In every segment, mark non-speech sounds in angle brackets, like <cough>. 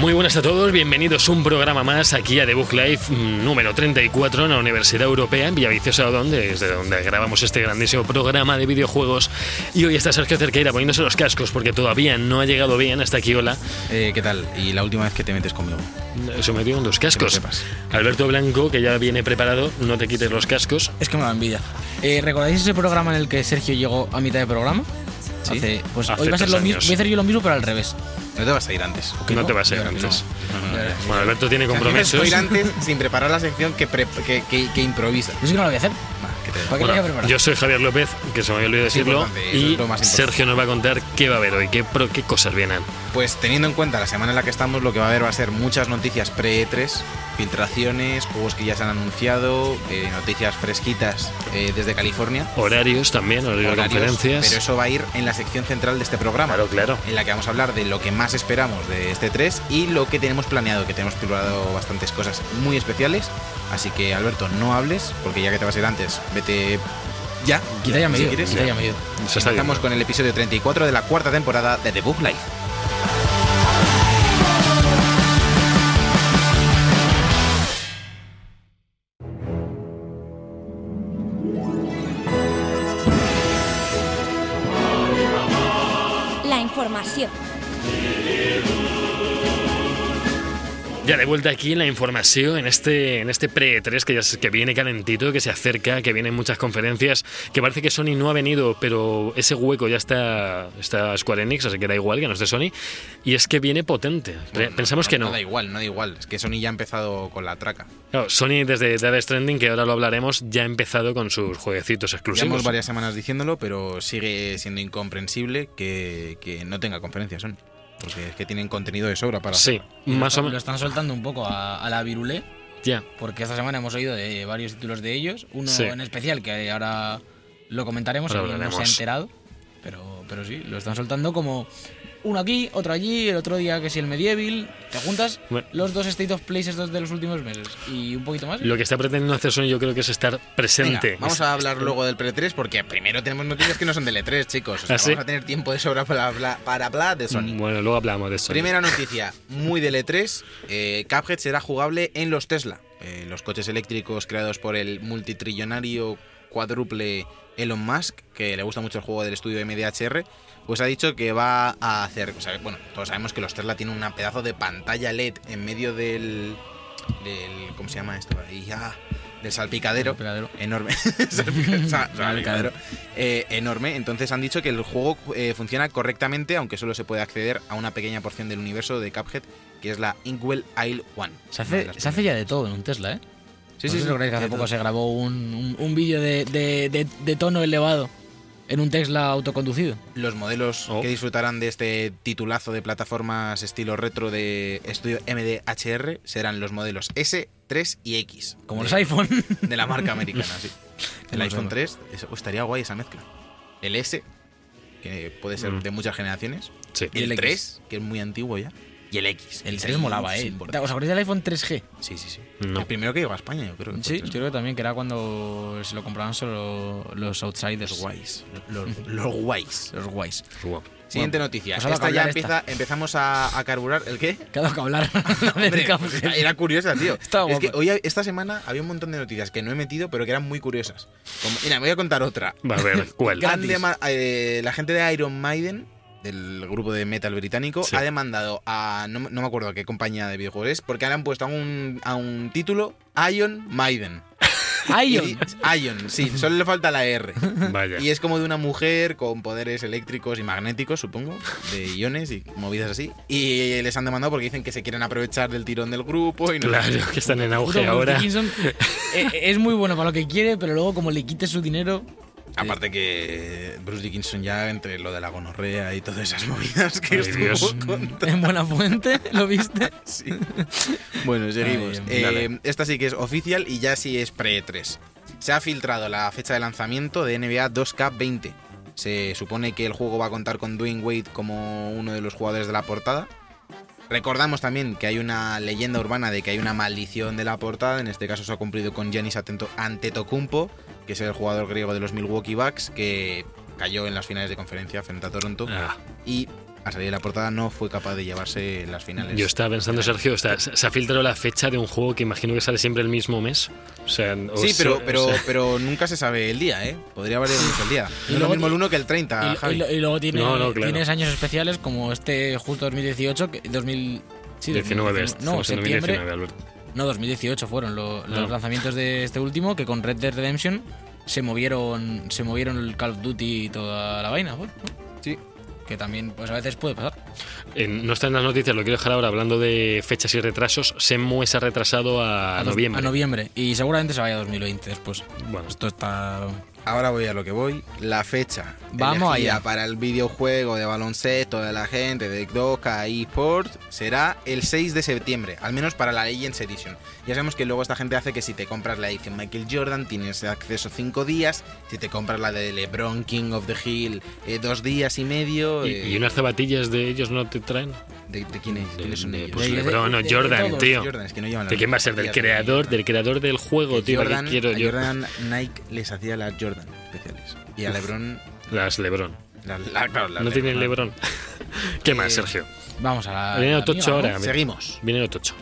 Muy buenas a todos, bienvenidos un programa más aquí a The Book Life mm, número 34 en la Universidad Europea en Villaviciosa donde desde donde grabamos este grandísimo programa de videojuegos y hoy está Sergio Cerqueira poniéndose los cascos porque todavía no ha llegado bien hasta aquí hola Eh, ¿Qué tal? Y la última vez que te metes conmigo. se metió en los cascos. sepas. Alberto Blanco que ya viene preparado, no te quites los cascos. Es que me da envidia. Eh, ¿Recordáis ese programa en el que Sergio llegó a mitad de programa? Sí. Ah. Hace- pues Hace hoy va a ser tres lo mismo. años. Voy a hacer yo lo mismo, pero al revés. No te vas a ir antes. No, no? te vas a ir Claro que antes. Ah, No, no, no. Bueno, Alberto tiene Te compromisos. vas a ir antes sin preparar la sección que, pre- que, que- que improvisa. Yo sí que no lo voy a hacer. Va, que te- ¿Para qué lo voy a Bueno, preparar? yo soy Javier López, que se me había olvidado Es decirlo, importante, eso y es lo más importante. Sergio nos va a contar qué va a haber hoy, qué, pro- qué cosas vienen. Pues teniendo en cuenta la semana en la que estamos, lo que va a haber va a ser muchas noticias pre-E3, filtraciones, juegos que ya se han anunciado, eh, noticias fresquitas eh, desde California. Horarios también, horario de horarios, conferencias. Pero eso va a ir en la sección central de este programa. Claro, claro. en la que vamos a hablar de lo que más esperamos de este 3 y lo que tenemos planeado, que tenemos preparado bastantes cosas muy especiales. Así que, Alberto, no hables, porque ya que te vas a ir antes, vete ya. Quizá ya me he si ido, quieres. quizá ya me he ido. Se está Empezamos con el episodio 34 de la cuarta temporada de The Book Life. La información. Ya de vuelta aquí en la información, en este, en este pre-3 que, ya se- que viene calentito, que se acerca, que vienen muchas conferencias, que parece que Sony no ha venido, pero ese hueco ya está, está Square Enix, así que da igual que no esté Sony. Y es que viene potente. Pre- Pensamos que no. No da igual, no da igual. Es que Sony ya ha empezado con la traca. Claro, Sony desde Death Stranding, que ahora lo hablaremos, ya ha empezado con sus jueguecitos exclusivos. Llevamos varias semanas diciéndolo, pero sigue siendo incomprensible que, que no tenga conferencia Sony. Porque es que tienen contenido de sobra para Sí, más o Lo menos. están soltando un poco a, a la virulé, Ya. porque esta semana hemos oído de varios títulos de ellos. Uno Sí. en especial que ahora lo comentaremos, Ahora alguien no se ha hablaremos. enterado. Pero, pero sí, lo están soltando como uno aquí, otro allí, el otro día que si el Medieval. Te juntas Bueno. los dos State of Plays estos de los últimos meses y un poquito más. Lo que está pretendiendo hacer Sony yo creo que es estar Venga, presente. vamos a hablar luego del pre-3 porque primero tenemos noticias que no son del E3, chicos. O sea, ¿Ah, sí? Mm, Vamos a tener tiempo de sobra para hablar, para hablar de Sony. Bueno, luego hablamos de eso. Primera noticia, muy del E3, eh, Cuphead será jugable en los Tesla, eh, los coches eléctricos creados por el multitrillonario cuádruple Elon Musk, que le gusta mucho el juego del estudio MDHR, pues ha dicho que va a hacer, o sea, bueno, todos sabemos que los Tesla tienen una pedazo de pantalla LED en medio del, del ¿cómo se llama esto? Ahí, ah, del salpicadero Salpicadero. enorme, <laughs> <laughs> Salpica- sa- salpicadero eh, enorme. Entonces han dicho que el juego eh, funciona correctamente, aunque solo se puede acceder a una pequeña porción del universo de Cuphead, que es la Inkwell Isle One. Se Una de hace, las se hace ya de todo en un Tesla, ¿eh? Sí, No sí, sé si sí. lo creéis que hace De poco todo. se grabó un, un- un vídeo de, de- de- de tono elevado en un Tesla autoconducido. Los modelos Oh. que disfrutarán de este titulazo de plataformas estilo retro de estudio MDHR serán los modelos S, 3 y X. Como de, los iPhone. De la marca americana, <laughs> sí. El Como iPhone los 3, eso- oh, estaría guay esa mezcla. El S, que puede ser Mm. de muchas generaciones. Sí. Y El, el 3, X. que es muy antiguo ya. Y el X. <laughs> El que 3 es molaba, ¿eh? importante. ¿Os acordáis del iPhone Pues 3G? Sí, sí, sí. No. El primero que llegó a España, yo creo. que fue Sí, el yo 3. creo que también, que era cuando se lo compraban solo los outsiders. Los guays. <laughs> Los, los guays. Los guays. Guau. Siguiente noticia. pues ahora esta que ya hablar esta. empieza, empezamos a, a carburar. ¿El <laughs> qué? Que ha dado que hablar. del Hombre, Cuphead. <laughs> era curiosa, tío. Estaba es que guapa. hoy, esta semana había un montón de noticias que no he metido, pero que eran muy curiosas. Como- mira, me voy a contar otra. Va a ver, ¿cuál? Han dema- eh, la gente de Iron Maiden, del grupo de metal británico, Sí. ha demandado a. No, me- no me acuerdo qué compañía de videojuegos es, porque ahora han puesto a un, a un título Iron Maiden. Y Ion. di- <laughs> Iron, sí, solo le falta la R. Vaya. Y es como de una mujer con poderes eléctricos y magnéticos, supongo, de iones y movidas así. Y les han demandado porque dicen que se quieren aprovechar del tirón del grupo y no. Claro, que están en Puto auge Bruce ahora. Dickinson, eh, eh, es muy bueno para lo que quiere, pero luego como le quite su dinero, Aparte que Bruce Dickinson ya entre lo de la gonorrea y todas esas movidas que Ay, estuvo Dios. con- En Buena Fuente, ¿lo viste? sí. <laughs> Bueno, seguimos. Ay, Eh, dale. esta sí que es oficial y ya sí es pre-3. Se ha filtrado la fecha de lanzamiento de NBA 2K20. Se supone que el juego va a contar con Dwayne Wade como uno de los jugadores de la portada. Recordamos también que hay una leyenda urbana de que hay una maldición de la portada. En este caso se ha cumplido con Giannis Atento- Antetokounmpo, que es el jugador griego de los Milwaukee Bucks, que cayó en las finales de conferencia frente a Toronto Ah, y a salir de la portada no fue capaz de llevarse las finales. yo estaba pensando, Sergio, o sea, se se ha filtrado la fecha de un juego que imagino que sale siempre el mismo mes. O sea, o Sí, pero, sea- pero, o sea, pero nunca se sabe el día, ¿eh? Podría variar mucho el día. No es lo luego mismo el ti- 1 que el 30, Y- Javi. Y, lo- y luego tiene- No, no, claro. tienes años especiales como este justo 2018, que, 2000, sí, 19, 2019, estamos no, en septiembre, 2019, Alberto. no, 2018 fueron lo- los No. lanzamientos de este último, que con Red Dead Redemption se movieron se movieron el Call of Duty y toda la vaina, bueno, ¿no? Sí. que también pues a veces puede pasar. Eh, no está en las noticias, lo quiero dejar ahora hablando de fechas y retrasos. Semu se ha retrasado a, dos- noviembre. A noviembre, y seguramente se vaya a 2020 después. Bueno, Esto está... Ahora voy a lo que voy. La fecha. Vamos elegida allá. Para el videojuego de baloncesto de la gente de 2K eSports será el 6 de septiembre, al menos para la Legends Edition. Ya sabemos que luego esta gente hace que si te compras la edición Michael Jordan tienes acceso 5 días, si te compras la de LeBron King of the Hill 2 días y medio. y, eh, y unas zapatillas de ellos no te traen? ¿De, de quién es? De- ¿Quiénes son de- ellos? pues De- de- LeBron o de- de Jordan, todos, tío. Jordan, es que no llevan ¿De las quién va a ser? Del zapatillas de creador, Jordan. del creador del juego, Que tío. ¿para qué Jordan, quiero a yo? Jordan Nike les hacía las Jordan especiales. Y a LeBron. Las Lebron. la- la- claro, la no tienen Lebron. <laughs> ¿Qué más, Eh, Sergio? Vamos a la... Viene la Otocho amiga, ¿no? ahora. Seguimos. Viene el Otocho.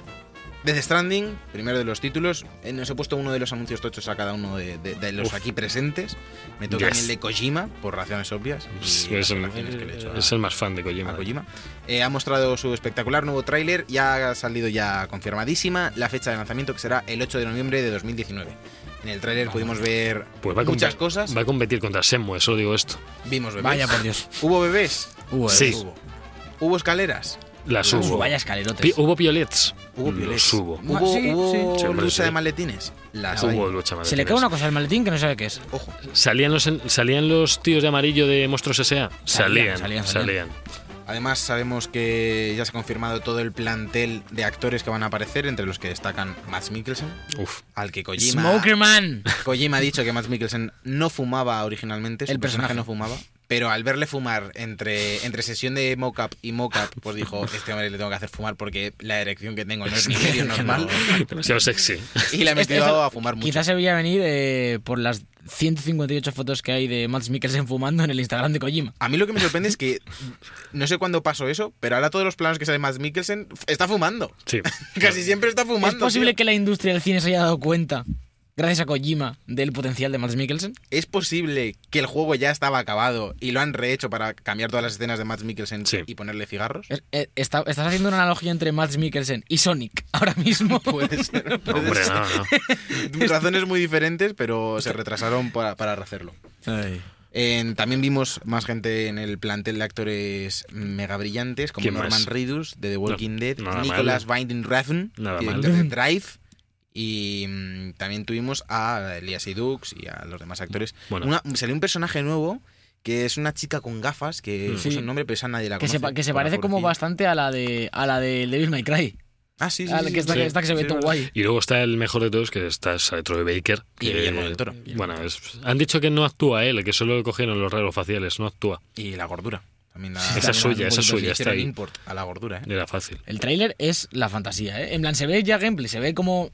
Death Stranding, primero de los títulos. Eh, nos he puesto uno de los anuncios tochos a cada uno de, de- de los Uf. aquí presentes. Me toca a mí Yes. el de Kojima, por razones obvias. y Es, las es el, relaciones que le he hecho a- es el más fan de Kojima. a Kojima. Eh, ha mostrado su espectacular nuevo tráiler y ha salido ya confirmadísima la fecha de lanzamiento que será el 8 de noviembre de 2019. En el tráiler pudimos ver Ah, Pues va a muchas compe- cosas. Va a competir contra Semu, eso digo esto. Vimos bebés. Vaya por Dios. ¿Hubo bebés? Uh, Sí. Hubo. Hubo escaleras. La uh, subo. vaya Pi- escalerotes. hubo Violets. Hubo violets. Los subo. Ah, Hubo, sí, hubo sí. Sí, hombre, lucha sí. de maletines. Las hay. Hubo lucha madre se le mía. cae una cosa al maletín que no sabe qué es. Ojo. ¿Salían los, ¿Salían los tíos de amarillo de Monstruos S.A.? Salían, Salían, salían. salían, salían. Además sabemos que ya se ha confirmado todo el plantel de actores que van a aparecer, entre los que destacan Max Mikkelsen, Uf. al que Kojima Smokerman. Kojima ha dicho que Matt Mikkelsen no fumaba originalmente, su El personaje. personaje. no fumaba, pero al verle fumar entre, entre sesión de mocap y mocap, pues <laughs> dijo, este hombre le tengo que hacer fumar porque la erección que tengo no es ni medio <laughs> normal. Demasiado sexy. <laughs> Y le ha Este- metido este- a fumar mucho. Quizás se veía venir eh, por las 158 fotos que hay de Max Mikkelsen fumando en el Instagram de Kojima. A mí lo que me sorprende es que no sé cuándo pasó eso, pero ahora todos los planos que sale Matt Mikkelsen f- está fumando. Sí. <laughs> Casi siempre está fumando. ¿Es posible tío. que la industria del cine se haya dado cuenta, gracias a Kojima, del potencial de Max Mikkelsen? ¿Es posible que el juego ya estaba acabado y lo han rehecho para cambiar todas las escenas de Matt Mikkelsen Sí. y ponerle <laughs> cigarros? Es- eh, está- estás haciendo una analogía entre Max Mikkelsen y Sonic <laughs> ahora <laughs> mismo. Puede ser. No, puede hombre, ser. no, no. <laughs> razones muy diferentes, pero se retrasaron para, para hacerlo. En- también vimos más gente en el plantel de actores mega brillantes, como ¿Quién Norman más? Reedus de The Walking Dead, nada mal. Nicholas Binding Refn, Nada director de mal. Drive, y mm, también tuvimos a Elias Idux y a los demás actores. Bueno. Una- salió un personaje nuevo que es una chica con gafas que Mm. puso Sí. el nombre, pero esa nadie la Que conoce. se, pa- que se Bueno, parece como pobrecilla. bastante a la de a la de Devil May Cry. Ah, sí, sí. a sí, la sí, que, está, sí, que está que se ve sí, todo es verdad. guay. Y luego está el mejor de todos, que está Sa- Troy Baker. Y que- Guillermo del Toro. Bueno, es- han dicho que no actúa él, que solo cogieron los rasgos faciales, no actúa. Y la gordura. También la, Esa es suya, esa es suya, está hicieron ahí. import a la gordura, ¿eh? Era fácil. El tráiler es la fantasía, ¿eh? En plan, se ve ya gameplay, se ve como...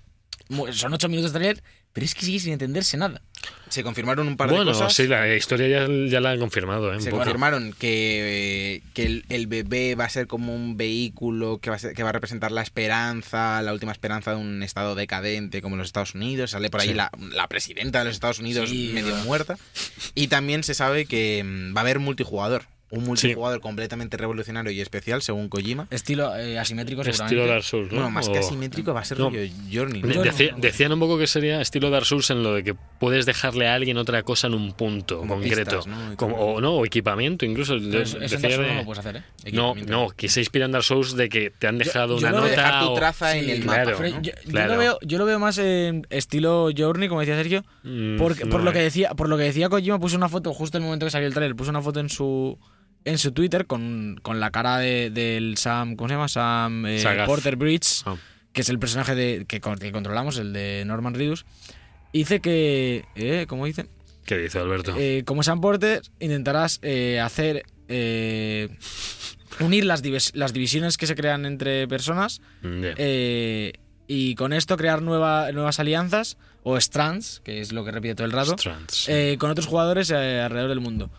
mu- Son ocho minutos de tráiler, pero es que sigue sin entenderse nada. Se confirmaron un par de Bueno, cosas. sí, la historia ya, ya la han confirmado, ¿eh? Un se poco. confirmaron que, eh, que el, el bebé va a ser como un vehículo que va, a ser- que va a representar la esperanza, la última esperanza de un estado decadente como los Estados Unidos. Sale por ahí Sí. la, la presidenta de los Estados Unidos Sí, medio va. muerta. Y también se sabe que mm, va a haber multijugador. un multijugador completamente revolucionario y especial, según Kojima. Estilo eh, asimétrico seguramente. Estilo Dark Souls, ¿no? Bueno, más O- que asimétrico va a ser Oh. No. rollo Journey. ¿no? De- Yo decí- no. decían un poco que sería estilo Dark Souls en lo de que puedes dejarle a alguien otra cosa en un punto Como concreto. pistas, ¿no? Y Como- todo. o no, o equipamiento, incluso. Pero eso, eso en decía Dark Souls de- no lo puedes hacer, ¿eh? no, Equipamiento. no, que se inspira en Dark Souls de que te han dejado yo una lo de nota. dejar tu o- traza en el mapa, claro, Pero ¿no? yo, yo Claro. lo veo, yo lo veo más en estilo Journey, como decía Sergio, Mm, porque, por, no, lo que eh. decía, por lo que decía Kojima, puso una foto, justo en el momento que salió el trailer, puso una foto en su en su Twitter con, con la cara de- del Sam, ¿cómo se llama? Sam eh, Sagaz. Porter Bridge, Ah. que es el personaje de, que, con- que controlamos, el de Norman Reedus. Y Dice que, eh, ¿cómo dice? ¿Qué dice Alberto? Eh, como Sam Porter, intentarás eh, hacer. eh, unir las, divis- las divisiones que se crean entre personas Mm, ya. eh, y con esto crear nueva- nuevas alianzas o strands, que es lo que repite todo el rato, Strands. eh, con otros jugadores eh, alrededor del mundo.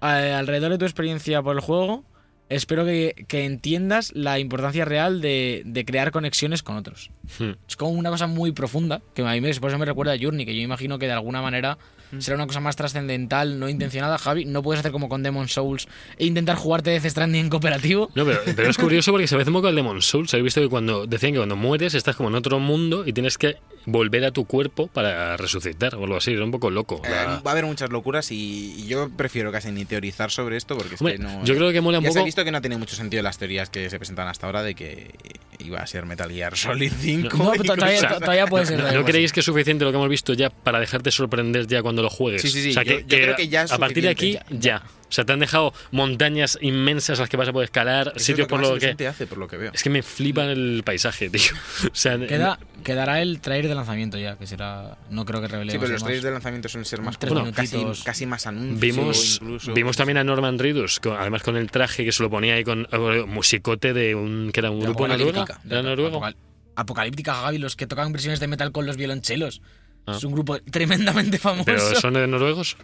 A- alrededor de tu experiencia por el juego, espero que, que entiendas la importancia real de, de crear conexiones con otros. Mm. Es como una cosa muy profunda, que a mí me, por eso me recuerda a Journey, que yo imagino que de alguna manera Mm. será una cosa más trascendental, no intencionada. Javi, no puedes hacer como con Demon Souls e intentar jugarte Death Stranding <laughs> en cooperativo. No, pero, pero es curioso porque se parece un poco al Demon Souls. Habéis visto que cuando decían que cuando mueres estás como en otro mundo y tienes que volver a tu cuerpo para resucitar o algo así. Era un poco loco. Eh, la- va a haber muchas locuras y y yo prefiero casi ni teorizar sobre esto porque es Hombre, que no. yo creo que mola un ya se ha poco. visto que no tiene mucho sentido las teorías que se presentan hasta ahora de que iba a ser Metal Gear Solid 5. No, y to- todavía, cosas. to- todavía puede ser. ¿No, todavía no puede ser. creéis que es suficiente lo que hemos visto ya para dejarte sorprender ya cuando lo juegues? Sí, sí, sí, O sea, yo- que, yo creo que ya es a partir de aquí, suficiente. ya, O sea, te han dejado montañas inmensas a las que vas a poder escalar, Eso es sitios que por más lo que. ilusión te hace, por lo que veo. Es que me flipa el paisaje, tío. <laughs> O sea, Queda- quedará el trailer de lanzamiento ya, que será. No creo que revele. Sí, pero los trailers demasiado de lanzamiento suelen ser más Tres como casi, minutitos. casi más anuncios. Vimos, incluso. pues vimos también a Norman Reedus, con- además con el traje que se lo ponía ahí con eh, musicote de un que era un De grupo noruego. Apocalíptica. ¿Era noruego? Apocal- Apocalíptica, Gaby, los que tocaban versiones de metal con los violonchelos. Ah. Es un grupo tremendamente famoso. ¿Pero <laughs> son de noruegos?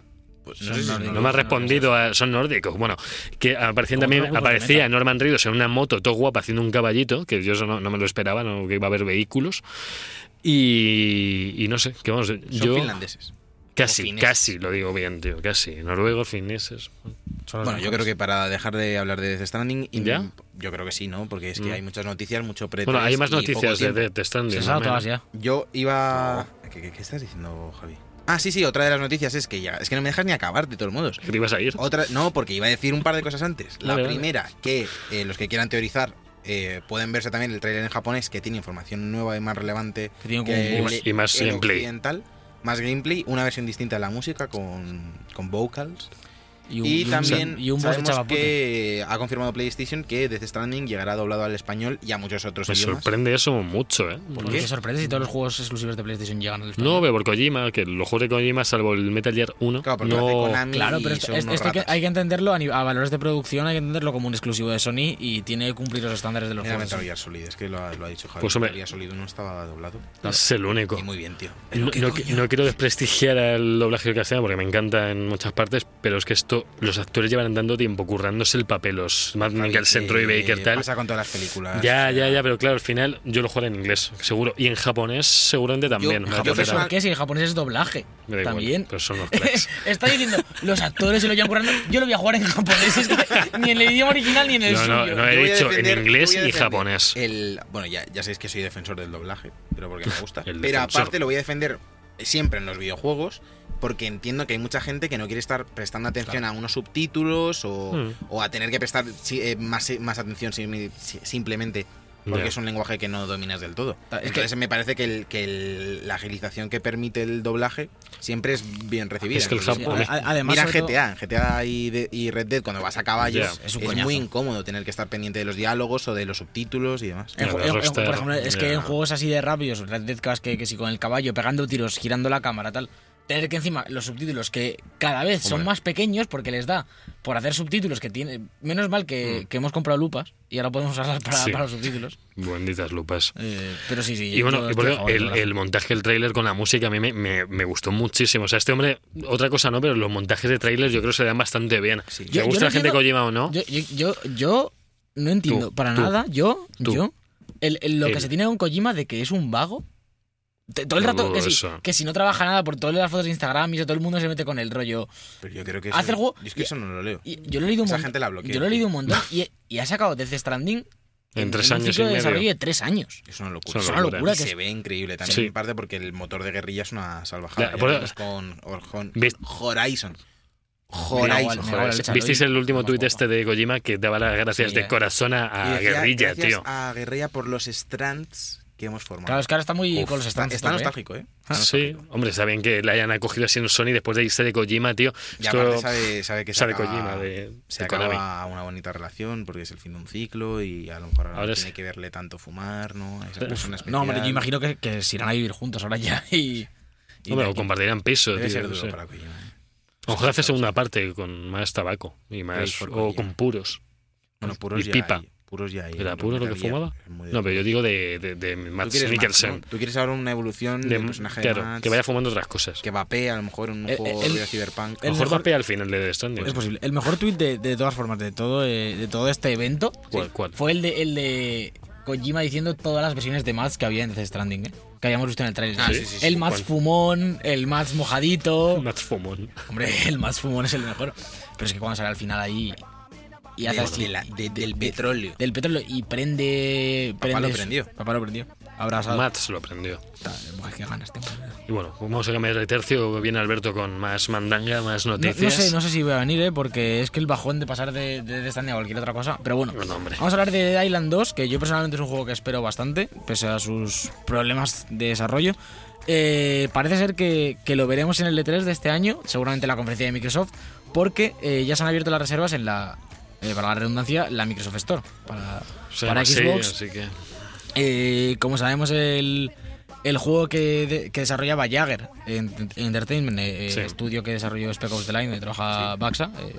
Pues No sé si No, Noruegos, me noruegos. has respondido, a- son nórdicos. Bueno, que aparecían Como otro también, grupo de aparecía metal. Norman Reedus en una moto todo guapa haciendo un caballito, que yo eso no, no me lo esperaba, no, que iba a haber vehículos. Y, y no sé, que vamos, Son yo finlandeses. o casi, fineses. casi lo digo bien, tío, casi. Noruegos, fineses. Bueno, yo creo que para dejar de hablar de Death Stranding, y- ¿Ya? yo creo que sí, ¿no? Porque es que Mm. hay muchas noticias, mucho pre Bueno, hay más y poco noticias de tiempo. Death Stranding. Se ¿no? sabe todas ya. Yo iba. ¿Qué, qué- qué estás diciendo, Javi? Ah, sí, sí, otra de las noticias es que ya. Es que no me dejas ni acabar, de todos modos. Que te ibas a ir. Otra, no, porque iba a decir un par de cosas antes. La Vale, vale. primera, que eh, los que quieran teorizar eh, pueden verse también el tráiler en japonés, que tiene información nueva y más relevante Que tiene como que un más- el- y más el gameplay. occidental. Más gameplay, una versión distinta de la música con, con vocals. Y, un- Y, y un- también y un boss de sabemos chapapote. que ha confirmado PlayStation que Death Stranding llegará doblado al español y a muchos otros Me idiomas. sorprende eso mucho, ¿eh? ¿Por qué? sorprende si todos los juegos exclusivos de PlayStation llegan al No, español? pero por Kojima, que los juegos de Kojima, salvo el Metal Gear 1, Claro, porque lo hace no... Konami Claro, y pero esto, son es- unos esto hay que- ratas. hay que entenderlo a, ni- a valores de producción, hay que entenderlo como un exclusivo de Sony y tiene que cumplir los estándares de los Era juegos. Metal Gear Solid, es que lo ha, lo ha dicho Javier. Pues, hombre, Metal Gear Solid no estaba doblado. es el único. Y muy bien, tío. No, no qui- no quiero desprestigiar al doblaje del castellano porque me encanta en muchas partes, pero es que esto, los actores llevan tanto tiempo currándose el papel, los Matt Mikkelsen, Troy Eh, Baker, tal. Pasa con todas las películas. Ya, ya, ya, pero claro, al final yo lo jugaré en inglés, seguro. Y en japonés, seguramente también. en me japonés atenderá. ¿Por qué? Si el japonés es doblaje. Me da igual, También. pero son los <laughs> cracks. <laughs> Está diciendo, los actores se lo llevan currando. Yo lo voy a jugar en japonés. es que ni en el idioma original ni en el No, no, suyo. no, Yo he voy a dicho defender- en inglés yo voy a y defender japonés. El, bueno, ya, ya sabéis que soy defensor del doblaje, pero porque me gusta. <laughs> El pero defensor. aparte lo voy a defender siempre en los videojuegos, porque entiendo que hay mucha gente que no quiere estar prestando atención a unos subtítulos o, Mm. o a tener que prestar sí, eh, más, más atención sim- simplemente porque Ya. es un lenguaje que no dominas del todo. Es que- Entonces me parece que, el- que el- la agilización que permite el doblaje siempre es bien recibida. Es que el Entonces, japonés- A- a- además, Mira en sobre todo- GTA, en GTA y, de- y Red Dead, cuando vas a caballos, Ya. es, Es un coñazo. muy incómodo tener que estar pendiente de los diálogos o de los subtítulos y demás. En Claro, ju- en- en- Rockstar, por ejemplo, es que ya. en juegos así de rápidos, Red Dead Cas- que, que si con el caballo, pegando tiros, girando la cámara, tal. Tener que encima los subtítulos que cada vez son Hombre. más pequeños porque les da por hacer subtítulos que tiene. Menos mal que, que hemos comprado lupas y ahora podemos usarlas para, Mm. Sí. para los subtítulos. Benditas lupas. Eh, pero sí, sí. Y bueno, yo y por este estoy a cierto, favor del el, doblaje. el montaje del tráiler con la música a mí me, me- me gustó muchísimo. O sea, este hombre, otra cosa no, pero los montajes de tráiler yo creo que se dan bastante bien. Sí. Me Yo- yo gusta no la gente de entiendo- Kojima o no. Yo, yo, yo, yo no entiendo Tú, para tú, nada. Yo, tú. yo. el- el- lo El- que se tiene con Kojima de que es un vago. Te- Todo el rato que si, Dudoso. que si no trabaja nada por todas las fotos de Instagram y eso, todo el mundo se mete con el rollo. Pero yo creo que Hace el juego- Yo es que eso no lo leo. Y yo lo he leído un Esa montón. gente la bloquea. Yo lo he leído un montón y, y ha sacado Death Stranding En tres un años y ciclo de medio. desarrollo de tres años. Es una locura. Es una locura Y que se es- ve increíble también, Sí. en parte porque el motor de guerrilla es una salvajada. Ya, Ya por- veremos con, or- con ¿Ves? Horizon. Me da Horizon. igual, me da igual la leche al ¿Visteis hoy. el último Vamos, tuit guapa. este de Kojima que daba las gracias Sí, de eh. corazón a, Y a decía, guerrilla, gracias tío? A guerrilla por los strands que hemos formado. Claro, es que ahora está Ah, muy Uf, con los está, stands. está nostálgico, ¿eh? Está Sí, nostálgico. hombre, está bien que la hayan acogido así en Sony después de irse de Kojima, tío. Y Esto- aparte sabe, sabe que se sabe acaba, Kojima de- se de Konami. acaba una bonita relación porque es el fin de un ciclo y a lo mejor ahora, no Ahora tiene sí. que verle tanto fumar, ¿no? A esa persona No, hombre, yo especial. imagino que, que se irán a vivir juntos ahora ya. Y, y Hombre, de o aquí. compartirán piso, Debe tío, ser no duro sé. para Kojima. ¿eh? A lo mejor hace segunda parte con más tabaco y más por o Kojima. con puros. Bueno, puros y ya pipa. hay, puros ya hay, ¿Era en puro lo que Metal Gear. fumaba? Es muy de No, pero yo puros. digo de, de, de Tú Mads quieres más, Mikkelsen. ¿no? Tú quieres ahora una evolución De- del personaje claro, de Mads, que vaya fumando otras cosas. que vapee a lo mejor en un Eh, juego eh, el- de Cyberpunk. a lo el mejor mejor- Pues, vapea al final de The Stranding. <laughs> Es posible. El mejor tuit de, de todas formas, de todo, eh, de todo este evento, ¿Cuál, cuál? fue el de, el de Kojima diciendo todas las versiones de Mats que había en Death Stranding, ¿eh? que habíamos visto en el trailer. Ah, sí, sí, sí. el Mats ¿Cuál? fumón, el <laughs> Mats mojadito. Mads Fumon. Hombre, el Mats fumón es el mejor. Pero es que cuando sale al final ahí y hace así- del <laughs> petróleo. del petróleo y prende. Papá lo prende su- prendió. Papá lo prendió. Abrazado. Mads lo aprendió. Está- buah, qué ganas tengo. ¿eh? Y bueno, vamos a cambiar de tercio. Viene Alberto con más mandanga, más No, noticias. no sé, no sé si voy a venir, ¿eh? porque es que el bajón de pasar de, de, Death Stranding a cualquier otra cosa. Pero bueno, Bueno, hombre. vamos a hablar de Dead Island 2, que yo personalmente es un juego que espero bastante, pese a sus problemas de desarrollo. Eh, parece ser que, que lo veremos en el E3 de este año, seguramente en la conferencia de Microsoft, porque eh, ya se han abierto las reservas en la, eh, para la redundancia, la Microsoft Store. Para, O sea, para más Xbox, serio, así que... eh, como sabemos, el, el juego que, de- que desarrollaba Jagger en- en Entertainment, eh, Sí. el estudio que desarrolló Spec Ops The Line, donde trabaja Baxa, eh,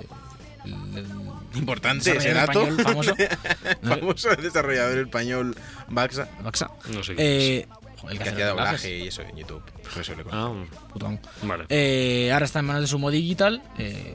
el, el Importante ese desarrollador dato. español famoso. <laughs> No sé, Famoso desarrollador español Baxa. Baxa. No sé qué Eh, joder, el Que hacía doblaje y eso en YouTube. Por eso le es. conozco. Ah, puto amo. vale. Eh, ahora está en manos de Sumo Digital. eh,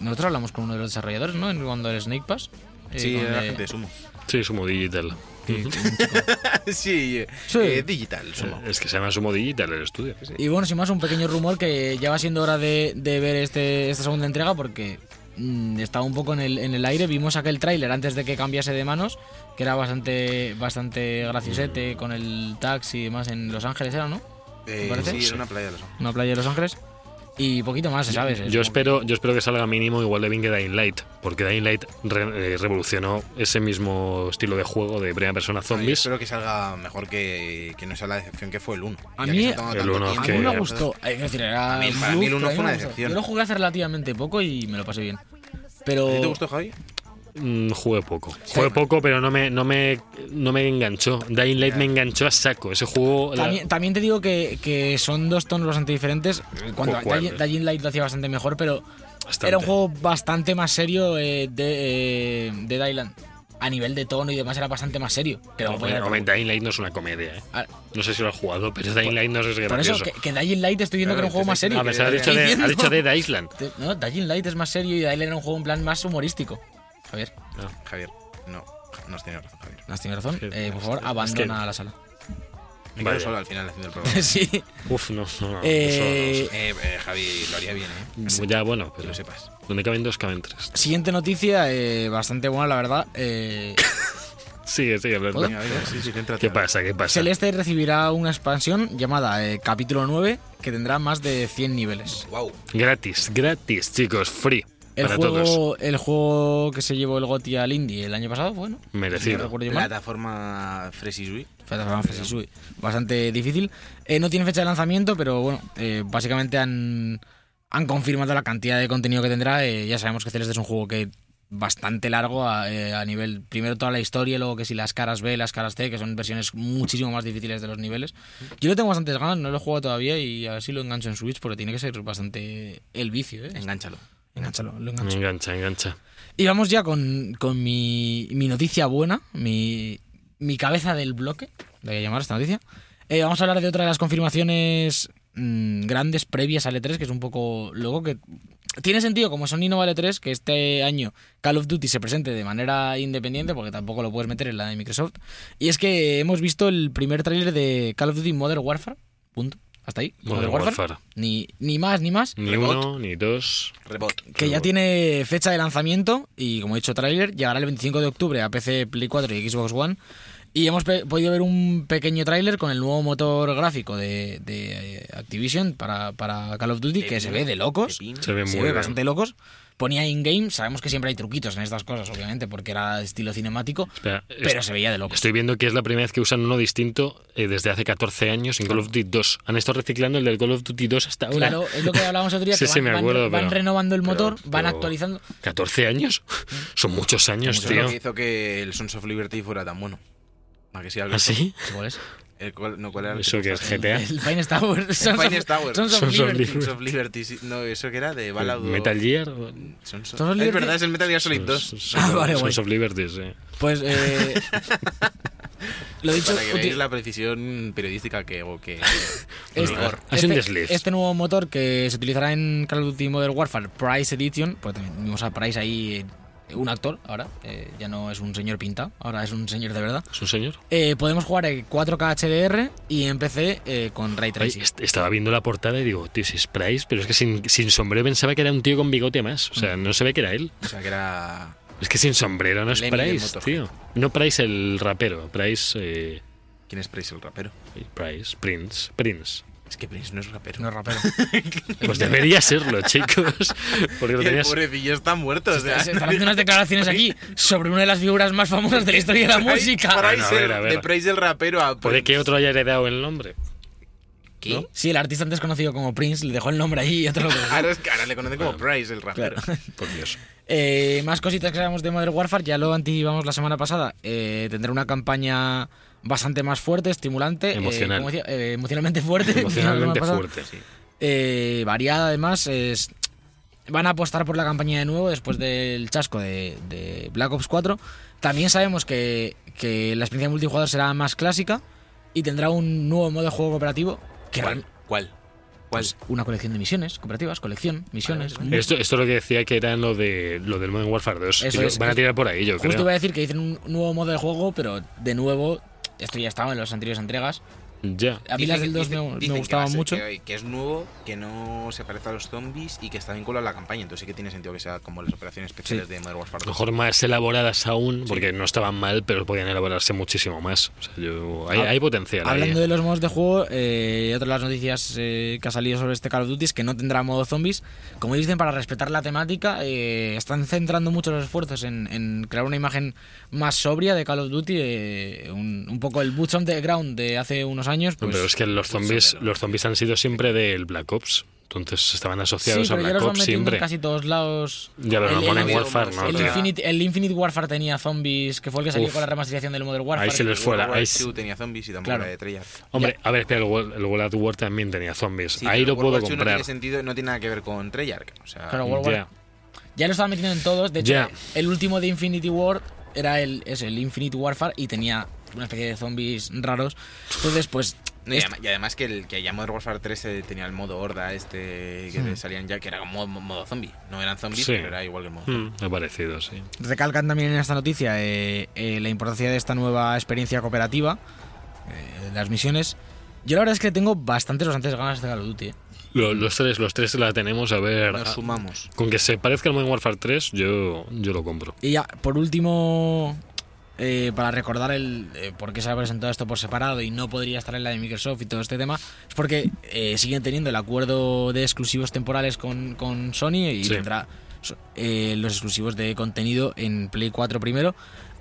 nosotros hablamos con uno de los desarrolladores, ¿no? En- Cuando el Snake Pass. eh, Sí, con, era eh, gente de Sumo. Sí, Sumo Digital. que- que un chico. <laughs> sí, eh, Sí. eh, digital, Sumo. Es que se llama Sumo Digital el estudio. Y bueno, sin más, un pequeño rumor que ya va siendo hora de, de ver este, esta segunda entrega porque mm, estaba un poco en el, en el aire. Vimos aquel tráiler antes de que cambiase de manos, que era bastante, bastante graciosete con el taxi y demás en Los Ángeles, ¿era, no? Eh, parece? sí, Sí. era una playa de los hombres. Una playa de Los Ángeles. Y poquito más, ¿sabes? Es Yo como- espero, yo espero que salga mínimo igual de bien que Dying Light, porque Dying Light re- eh, revolucionó ese mismo estilo de juego de primera persona Yo zombies. Espero que salga mejor que, que no sea la decepción que fue el 1. A mí- El uno A que- mí me gustó. eh, quiero decir, era A mí- un para mí plus, el uno pero a mí fue me una gustó. decepción. Yo lo jugué hace relativamente poco y me lo pasé bien. Pero. ¿Te gustó, Javi? Mm, jugué poco. Jugué poco, pero no me, no me, no me enganchó. Dying Light me enganchó a saco. Ese juego. la- También, también te digo que, que son dos tonos bastante diferentes. Cuando ¿Cuál? Dying, Dying Light lo hacía bastante mejor, pero Bastante. era un juego bastante más serio eh, de, eh, de Dylan. A nivel de tono y demás era bastante más serio. Que luego podía Hombre, haber- hombre, Dying Light no es una comedia, ¿eh? Ah, No sé si lo has jugado, pero Dying Light no es por gracioso. eso, que, que Dying Light estoy viendo Claro, que era un juego te más estoy serio. Ah, pensaba que has ¿Qué dicho de- diciendo? has dicho Dead Island. Te- No, Dying Light es más serio y Dying Light era un juego en plan más humorístico. Javier, Javier, no. No has tenido razón, Javier. no has tenido razón. Sí, Eh, por favor, es que- abandona la sala. <laughs> Me Vaya. quedo solo al final haciendo el programa. sí. Uf, no, no, no, Eh, Eh, eh, Javi, lo haría bien, ¿eh? eso no. Ya, bueno, Que pero lo sepas. donde caben dos, caben tres. Siguiente noticia, eh, bastante buena, la verdad. Eh, Sigue, sigue hablando. Venga, venga, sí, sí, céntrate. ¿Qué pasa? ¿Qué pasa? Celeste recibirá una expansión llamada eh, Capítulo 9 que tendrá más de 100 niveles. Wow. Gratis, gratis, chicos, free. El para todos. juego, el juego que se llevó el GOTY al indie el año pasado, bueno, Merecido. no recuerdo yo mal. Plataforma Fresisui. Plataforma Fresisui. Bastante difícil. Eh, no tiene fecha de lanzamiento, pero bueno, eh, básicamente han, han confirmado la cantidad de contenido que tendrá. Eh, ya sabemos que Celeste es un juego que bastante largo a, eh, a nivel primero toda la historia luego que si las caras B las caras C que son versiones muchísimo más difíciles de los niveles yo le tengo bastantes ganas no lo he jugado todavía y a ver si lo engancho en Switch porque tiene que ser bastante el vicio ¿eh? Engánchalo. enganchalo lo engancho Engancha, engancha. y vamos ya con, con mi, mi noticia buena, mi, mi cabeza del bloque, le voy a llamar esta noticia. Eh, vamos a hablar de otra de las confirmaciones mm, grandes previas al E3, que es un poco loco, que tiene sentido como Sony no vale 3 que este año Call of Duty se presente de manera independiente, porque tampoco lo puedes meter en la de Microsoft. Y es que hemos visto el primer tráiler de Call of Duty Modern Warfare, Punto. Hasta ahí. Bueno, Modern el Warfare. Warfare. Ni, ni más, ni más. Ni Remote. uno, ni dos. Rebot. Que ya tiene fecha de lanzamiento y, como he dicho, tráiler. Llegará el 25 de octubre a PC, Play 4 y Xbox One. Y hemos pe- podido ver un pequeño tráiler con el nuevo motor gráfico de, de, eh, Activision para, para Call of Duty, Eh, que se ve de locos. Se ve Se muy ve bien. bastante locos. Ponía in-game, sabemos que siempre hay truquitos en estas cosas, obviamente, porque era estilo cinemático, Espera, es- pero se veía de locos. Estoy viendo que es la primera vez que usan uno distinto eh, desde hace 14 años en Call of Duty 2. Han estado reciclando el del Call of Duty 2 hasta ahora. Claro, es lo que hablábamos otro día, Sí, que sí, van, me van- acuerdo, van pero- renovando el pero- motor, van pero- actualizando. ¿14 años? Mm. Son muchos años, Eso es tío. lo que hizo que el Sons of Liberty fuera tan bueno. ¿A que sí, Alberto? ¿Ah, sí? ¿Cuál es? El cual- no, ¿cuál era el Eso que es estaba? GTA. El Finest Tower. Sons of- Finest Tower. Sons of Sons of Liberty. Sons of Liberty, sí. No, eso que era de Ballad of- Metal Gear. Pues Sons of- Sons of Es Liberty. verdad, es el Metal Gear Solid 2. Sons- Ah, vale, Sons guay. of Liberty, sí. Pues eh, lo dicho, Para que uti- veáis la precisión periodística que hago <laughs> que... este, Ah, es un desliz. este nuevo motor que se utilizará en Call of Duty Modern Warfare Price Edition, pues también vimos a Price ahí eh, un actor ahora, eh, ya no es un señor pintado, ahora es un señor de verdad. ¿Es un señor? Eh, podemos jugar en 4K HDR y en PC eh, con Ray Ay, este. Tracing. est- estaba viendo la portada y digo, tío, si es Price, pero es que sin, sin sombrero pensaba que era un tío con bigote más. O Mm. sea, no se ve que era él. O sea, que era... Es que sin sombrero no es Lemmy de Price, MotoGP. tío. No Price el rapero, Price. eh, ¿Quién es Prince, el rapero? Price, Prince, Prince. Es que Prince no es rapero. No es rapero. <laughs> Eh, Pues debería <laughs> serlo, chicos. Porque lo Y el tenías. pobrecillo está muerto, o sea... Se están haciendo unas declaraciones aquí sobre una de las figuras más famosas de la historia de la Price- música. Price Bueno, a ver, el- a ver. De Price el rapero ah, pues a... Puede que otro haya heredado el nombre. ¿Qué? ¿no? Sí, el artista antes conocido como Prince le dejó el nombre ahí y otro lo Ahora, es que ahora le conocen como Price el rapero. <laughs> Por Dios. Eh, más cositas que sabemos de Modern Warfare, ya lo anticipamos la semana pasada. Eh, tendrá una campaña bastante más fuerte, estimulante, eh, Emocional. como decía, eh, emocionalmente fuerte. <laughs> Emocionalmente que la semana pasada. fuerte. Eh, variada además. es- van a apostar por la campaña de nuevo después del chasco de, de Black Ops 4. También sabemos que, que la experiencia de multijugador será más clásica y tendrá un nuevo modo de juego cooperativo. Que ¿Cuál? ¿Cuál? ¿Cuál? pues, una colección de misiones cooperativas, colección, misiones. un- Esto, esto es lo que decía que era lo, de, lo del Modern Warfare 2. Eso Yo- es, van a es- tirar por ahí, yo Justo creo. iba a decir que dicen un nuevo modo de juego, pero de nuevo, esto ya estaba en las anteriores entregas. Ya. A mí Dicen las que- del 2 dicen- me, dicen que va me a gustaban ser- mucho. Que, que es nuevo, que no se parece a los zombies y que está vinculado a la campaña. Entonces sí que tiene sentido que sea como las operaciones especiales de Modern Warfare A lo 2. mejor más elaboradas aún, porque no estaban mal, pero podían elaborarse muchísimo más. O sea, yo- hay, Hab- hay potencial. ahí. Ah, Hablando de los modos de juego, eh, otra de las noticias eh, que ha salido sobre este Call of Duty es que no tendrá modo zombies. Como dicen, para respetar la temática, eh, están centrando mucho los esfuerzos en, en crear una imagen más sobria de Call of Duty, eh, un, un poco el Boots on the Ground de hace unos años. No, Pues, pero es que los zombies, los zombies han sido siempre del Black Ops. Entonces estaban sí, asociados a pero ya Black los van Ops metiendo en siempre. casi todos lados. Ya, pero El- los el- Modern el- Warfare no, el, tío. Infinite, el Infinite Warfare tenía zombies, que fue el que salió Uf. con la remasterización del Modern Warfare. Ahí se les World fue la- War ahí II tenía zombies y tampoco Claro. era de Treyarch. Hombre, a ver, espera, el World, el World at War también tenía zombies. Sí, ahí pero lo World puedo War II No comprar. tiene sentido, no tiene nada que ver con Treyarch. O sea, Claro, World War- Ya. Ya lo estaban metiendo en todos. De hecho, Ya. el último de Infinity War era el, es el Infinite Warfare y tenía una especie de zombies raros. Entonces, pues. no, y, es- además, y además que el que ya Modern Warfare 3 eh, tenía el modo horda este que Hmm. salían ya, que era como modo, modo zombie. No eran zombies, Sí. pero era igual que el modo zombie. Mm, me ha parecido, sí. Recalcan también en esta noticia eh, eh, la importancia de esta nueva experiencia cooperativa, eh, las misiones. Yo la verdad es que tengo bastantes, bastantes ganas de Call of Duty. eh. Lo- los tres, los tres la tenemos a ver. Nos a- sumamos. con que se parezca al Modern Warfare 3, yo, yo lo compro. Y ya, por último, eh, para recordar el eh, por qué se ha presentado esto por separado y no podría estar en la de Microsoft y todo este tema, es porque eh, siguen teniendo el acuerdo de exclusivos temporales con, con Sony y Sí. tendrá so- eh, los exclusivos de contenido en Play 4 primero.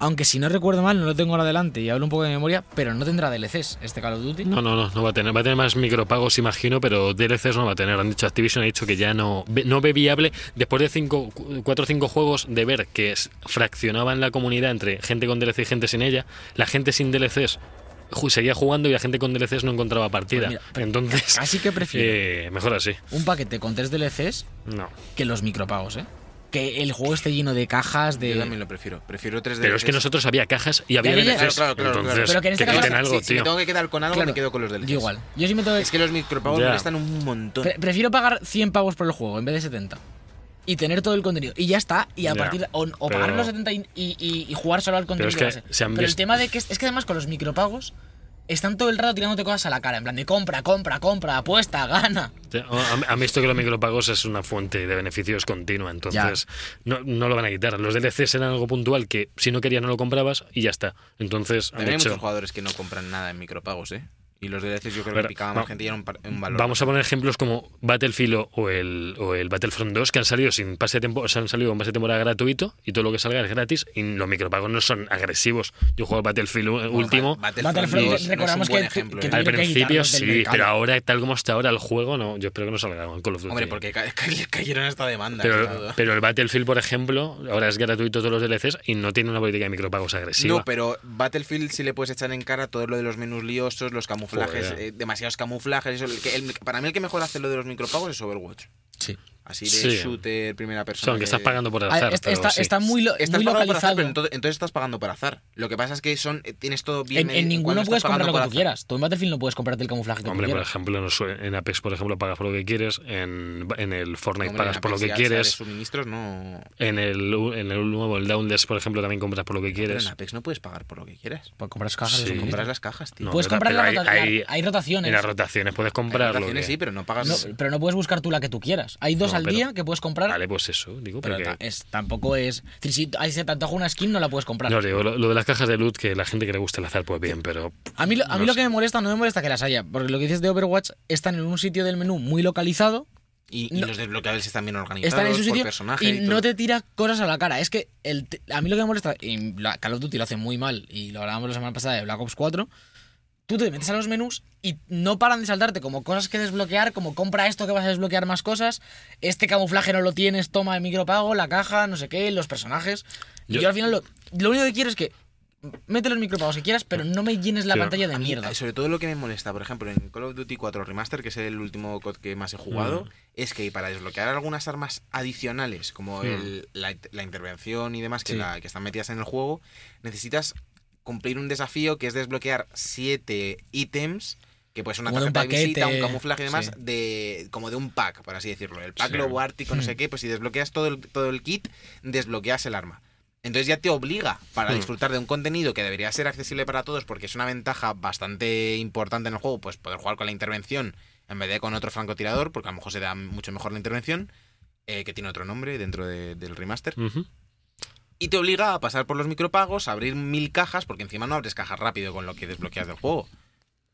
Aunque si no recuerdo mal, no lo tengo ahora adelante y hablo un poco de memoria, pero no tendrá DLCs este Call of Duty. No, no, no, no va a tener. Va a tener más micropagos, imagino, pero DLCs no va a tener. Han dicho Activision, ha dicho que ya no, ve- no ve viable. Después de cinco, cu- cuatro o cinco juegos de ver que es- fraccionaban la comunidad entre gente con DLC y gente sin ella, la gente sin DLCs ju- seguía jugando y la gente con DLCs no encontraba partida. Pues mira, Entonces, <laughs> Así que prefiero eh, mejor así. un paquete con tres DLCs No. que los micropagos, ¿eh? Que el juego esté lleno de cajas, de... Yo también lo prefiero. Prefiero 3 Pero es que nosotros había cajas y había Ya, ya, ya. DLCs. Claro, claro, claro, Entonces, claro. Pero que en este te caso- quiten algo, si, si me tío. tengo que quedar con algo, Claro, me quedo con los DLCs. Yo igual. Yo sí me tengo que- Es que los micropagos Ya. me están un montón. Pre- prefiero pagar 100 pavos por el juego en vez de 70. Y tener todo el contenido. Y ya está. Y a Ya, partir de- O, o pero- pagar los 70 y, y- y- y jugar solo al contenido es que base. se han pero el visto- tema de que... Es, es que además con los micropagos están todo el rato tirándote cosas a la cara, en plan de compra, compra, compra, apuesta, gana. Han- Han visto que los micropagos es una fuente de beneficios continua, entonces no, no lo van a quitar. Los DLCs eran algo puntual que si no querías no lo comprabas y ya está. Entonces han También hay hecho- muchos jugadores que no compran nada en micropagos, ¿eh? Y los DLCs yo creo Pero, que picaba va- más gente y era un, par- un valor. Vamos a poner ejemplos como Battlefield o- o el, o el Battlefront 2 que han salido sin pase de tiempo, o sea, han salido con pase de temporada gratuito y todo lo que salga es gratis y los micropagos no son agresivos. Yo juego al Battlefield u- Bueno, último. Battlefront, Battlefront, 2 no es un recordamos buen que- ejemplo, que ¿eh? Al tuvieron que principio quitarlos del sí, mercado. pero ahora tal como está ahora el juego, no, yo espero que no salga con Call of Duty. Hombre, porque ca- <laughs> ca- cayeron esta demanda. Pero, claro. pero el Battlefield, por ejemplo, ahora es gratuito todos los DLCs y no tiene una política de micropagos agresiva. No, pero Battlefield sí le puedes echar en cara todo lo de los menús liosos, los camuflajes, Joder. eh, demasiados camuflajes. Eso, el que- el- para mí el que mejor hace lo de los micropagos es Overwatch. Sí. Así de Sí. shooter, O primera sea, persona. aunque que- estás pagando por azar. Ah, es- pero está, sí. está muy, lo- Estás muy pagando por azar, localizado. pero ento- entonces, estás pagando por azar. Lo que pasa es que son eh, tienes todo bien. En, en medido. Cuando ninguno estás puedes comprar pagando lo que por tú azar- quieras. Tú en Battlefield no puedes comprarte el camuflaje que Hombre, tú por quieras. ejemplo, en su- en Apex, por ejemplo, pagas por lo que quieres. En, en el Fortnite Hombre, pagas por lo que Apex y Alsa de quieres. suministros no. En el, u- en el nuevo, el Downless, por ejemplo, también compras por lo que Pero en quieres. Apex no puedes pagar por lo que quieras. Pues compras cajas Sí. de suministro. Compras las cajas, tío. No, puedes pero- comprar la pero rota- la- hay, rotaciones. En las rotaciones puedes Hay comprar lo rotaciones que- sí, pero no pagas. No, pero no puedes buscar tú la que tú quieras. Hay dos No, al pero- día que puedes comprar. Vale, pues eso, digo, pero porque- ta- es, tampoco es. es decir, Si hay se te antoja una skin, no la puedes comprar. No, digo, lo, lo de las cajas de loot, que la gente que le gusta el azar, pues bien, pero. a mí, lo, a mí no lo sé. que me molesta no me molesta que las haya. Porque lo que dices de Overwatch están en un sitio del menú muy localizado. Y, y no. los desbloqueables están bien organizados. Están en su por sitio personaje y, y todo. no te tira cosas a la cara. Es que el te- a mí lo que me molesta, y la- Call of Duty lo hace muy mal, y lo hablábamos la semana pasada de Black Ops 4, tú te metes a los menús y no paran de saltarte como cosas que desbloquear, como compra esto que vas a desbloquear más cosas, este camuflaje no lo tienes, toma el micropago, la caja, no sé qué, los personajes. Y Yo- Yo, al final lo, lo único que quiero es que mete los micropagos que quieras, pero no me llenes la Yo- pantalla de A mí, eh, mierda. Sobre todo lo que me molesta, por ejemplo, en Call of Duty 4 Remaster, que es el último COD que más he jugado, Mm. es que para desbloquear algunas armas adicionales, como Mm. el- la, la intervención y demás que, Sí. la- que están metidas en el juego, necesitas cumplir un desafío que es desbloquear siete ítems que pues una Como de un tarjeta de visita, un paquete, camuflaje y demás, sí. de, como de un pack, por así decirlo. El pack Sí. globo ártico, Mm. no sé qué, pues si desbloqueas todo el, todo el kit, desbloqueas el arma. Entonces ya te obliga para Hmm. disfrutar de un contenido que debería ser accesible para todos porque es una ventaja bastante importante en el juego, pues poder jugar con la intervención en vez de con otro francotirador, porque a lo mejor se da mucho mejor la intervención, eh, que tiene otro nombre dentro de- del remaster. Ujú. Y te obliga a pasar por los micropagos, a abrir mil cajas, porque encima no abres cajas rápido con lo que desbloqueas del juego.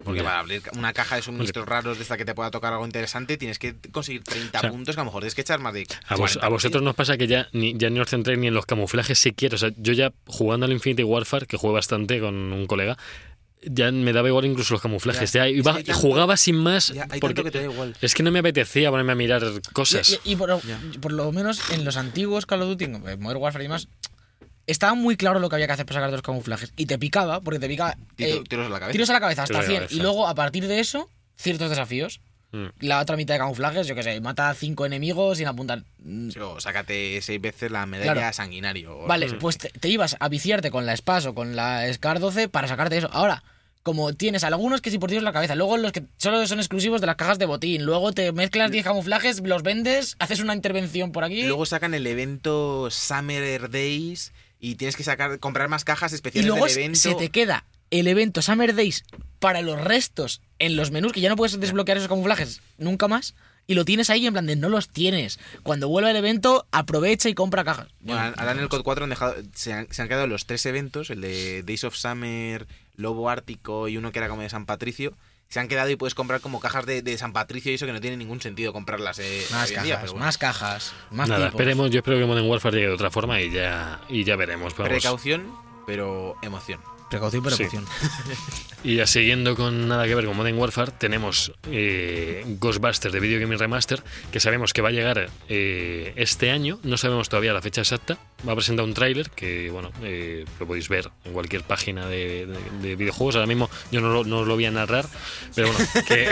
Porque Ya. para abrir una caja de suministros raros de esta que te pueda tocar algo interesante, tienes que conseguir 30 O sea, puntos, que a lo mejor tienes que echar más de... A, vos- 40 a vosotros nos pasa que ya ni, ya ni os centráis ni en los camuflajes siquiera. O sea, yo ya jugando al Infinity Warfare, que jugué bastante con un colega, ya me daba igual incluso los camuflajes. Ya, Ya, es iba- que hay tanto- jugaba sin más. partidas. Ya, hay porque tanto que te da igual. Es que no me apetecía ponerme a mirar cosas. Y, y- y por, Ya. por lo menos en los antiguos Call of Duty, en Modern Warfare y demás, estaba muy claro lo que había que hacer para sacar los camuflajes. Y te picaba, porque te picaba Tiro- eh, tiros a la cabeza. tiros a la cabeza hasta Tiros a la 100. cabeza. Y luego, a partir de eso, ciertos desafíos. Mm. La otra mitad de camuflajes, yo qué sé, mata a cinco enemigos sin apuntar. Mm, Sí, o sácate seis veces la medalla Claro. sanguinario. o- Vale, pues te, te ibas a viciarte con la SPAS o con la SCAR 12 para sacarte eso. Ahora, como tienes algunos que si por tiros la cabeza, luego los que solo son exclusivos de las cajas de botín, luego te mezclas 10 camuflajes, los vendes, haces una intervención por aquí. Y luego sacan el evento Summer Days y tienes que sacar comprar más cajas Y especiales luego del se- evento. se te queda el evento Summer Days para los restos en los menús, que ya no puedes desbloquear esos camuflajes nunca más. Y lo tienes ahí en plan de no los tienes. Cuando vuelva el evento, aprovecha y compra cajas. Bueno, ahora en el COD 4 han dejado, se, han, se han quedado los tres eventos, el de Days of Summer, Lobo Ártico y uno que era como de San Patricio. Se han quedado y puedes comprar como cajas de, de San Patricio y eso que no tiene ningún sentido comprarlas eh, Más hoy en día, cajas, pero bueno. más cajas, más Nada, tipos. esperemos. Yo espero que Modern Warfare llegue de otra forma y ya, y ya veremos. vamos. Precaución, pero <laughs> emoción. Precaución, Sí. precaución. Y ya siguiendo con nada que ver con Modern Warfare, tenemos eh, Ghostbusters de Video Gaming Remaster, que sabemos que va a llegar eh, este año, no sabemos todavía la fecha exacta. Va a presentar un tráiler que, bueno, eh, lo podéis ver en cualquier página de, de- de videojuegos. Ahora mismo yo no, lo- no os lo voy a narrar, pero bueno, que,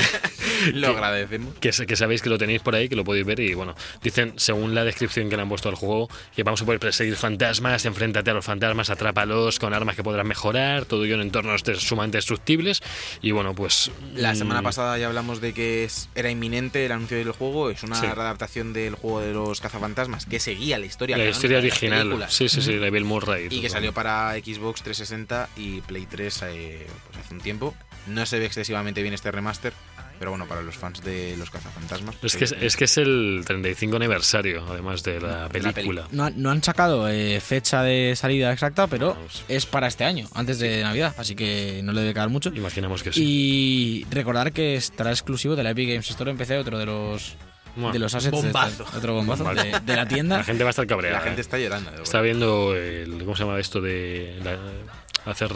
Lo agradecemos. que, sa- que sabéis que lo tenéis por ahí, que lo podéis ver y bueno, dicen según la descripción que le han puesto al juego que vamos a poder perseguir fantasmas, enfréntate a los fantasmas, atrápalos con armas que podrás mejorar, todo ello en entornos des- sumamente destructibles y bueno, pues La mm, semana pasada ya hablamos de que es- era inminente el anuncio del juego. Es una Sí. adaptación del juego de los cazafantasmas que seguía la historia, la canónica historia de las original, películas. sí, sí, sí, de Bill Murray. Y que todo. salió para Xbox 360 y Play 3 eh, pues hace un tiempo. No se ve excesivamente bien este remaster, pero bueno, para los fans de los cazafantasmas. Es que, es, es que es el 35 aniversario, además de la De la película. No, han- no han sacado eh, fecha de salida exacta, pero Vamos. es para este año, antes de Navidad, así que no le debe quedar mucho. Imaginamos que sí. Y recordar que estará exclusivo de la Epic Games Store. Empecé otro de los, Bueno, de los assets. de- bombazo. otro bombazo Bombazo. de, de la tienda. La <laughs> gente va a estar cabreada. la gente ¿eh? está llorando. de Está verdad. viendo el, ¿cómo se llama esto de la- hacer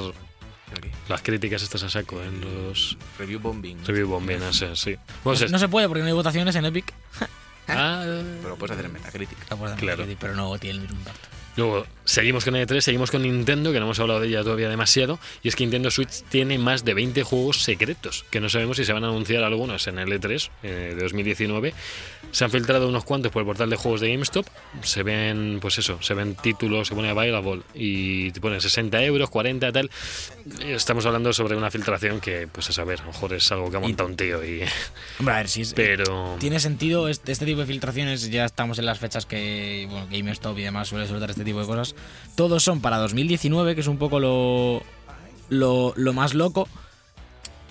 las críticas estas a saco ¿eh? en los Review bombing. review bombing? no sé, sí. Bueno, No se puede porque no hay votaciones en Epic. ah, Pero lo puedes hacer en Metacritic. La puedes hacer, Claro. Pero no tiene el mismo impacto. Luego, seguimos con E3, seguimos con Nintendo, que no hemos hablado de ella todavía demasiado, y es que Nintendo Switch tiene más de 20 juegos secretos, que no sabemos si se van a anunciar algunos en el E3 eh, de 2019. Se han filtrado unos cuantos por el portal de juegos de GameStop, se ven, pues eso, se ven títulos, se pone available y te ponen 60 euros, 40, tal. Estamos hablando sobre una filtración que, pues a saber, a lo mejor es algo que ha montado un tío y... Hombre, a ver si es, Pero... tiene sentido este, este tipo de filtraciones. Ya estamos en las fechas que bueno, GameStop y demás suele soltar este tipo de cosas. Todos son para 2019, que es un poco lo, lo, lo más loco.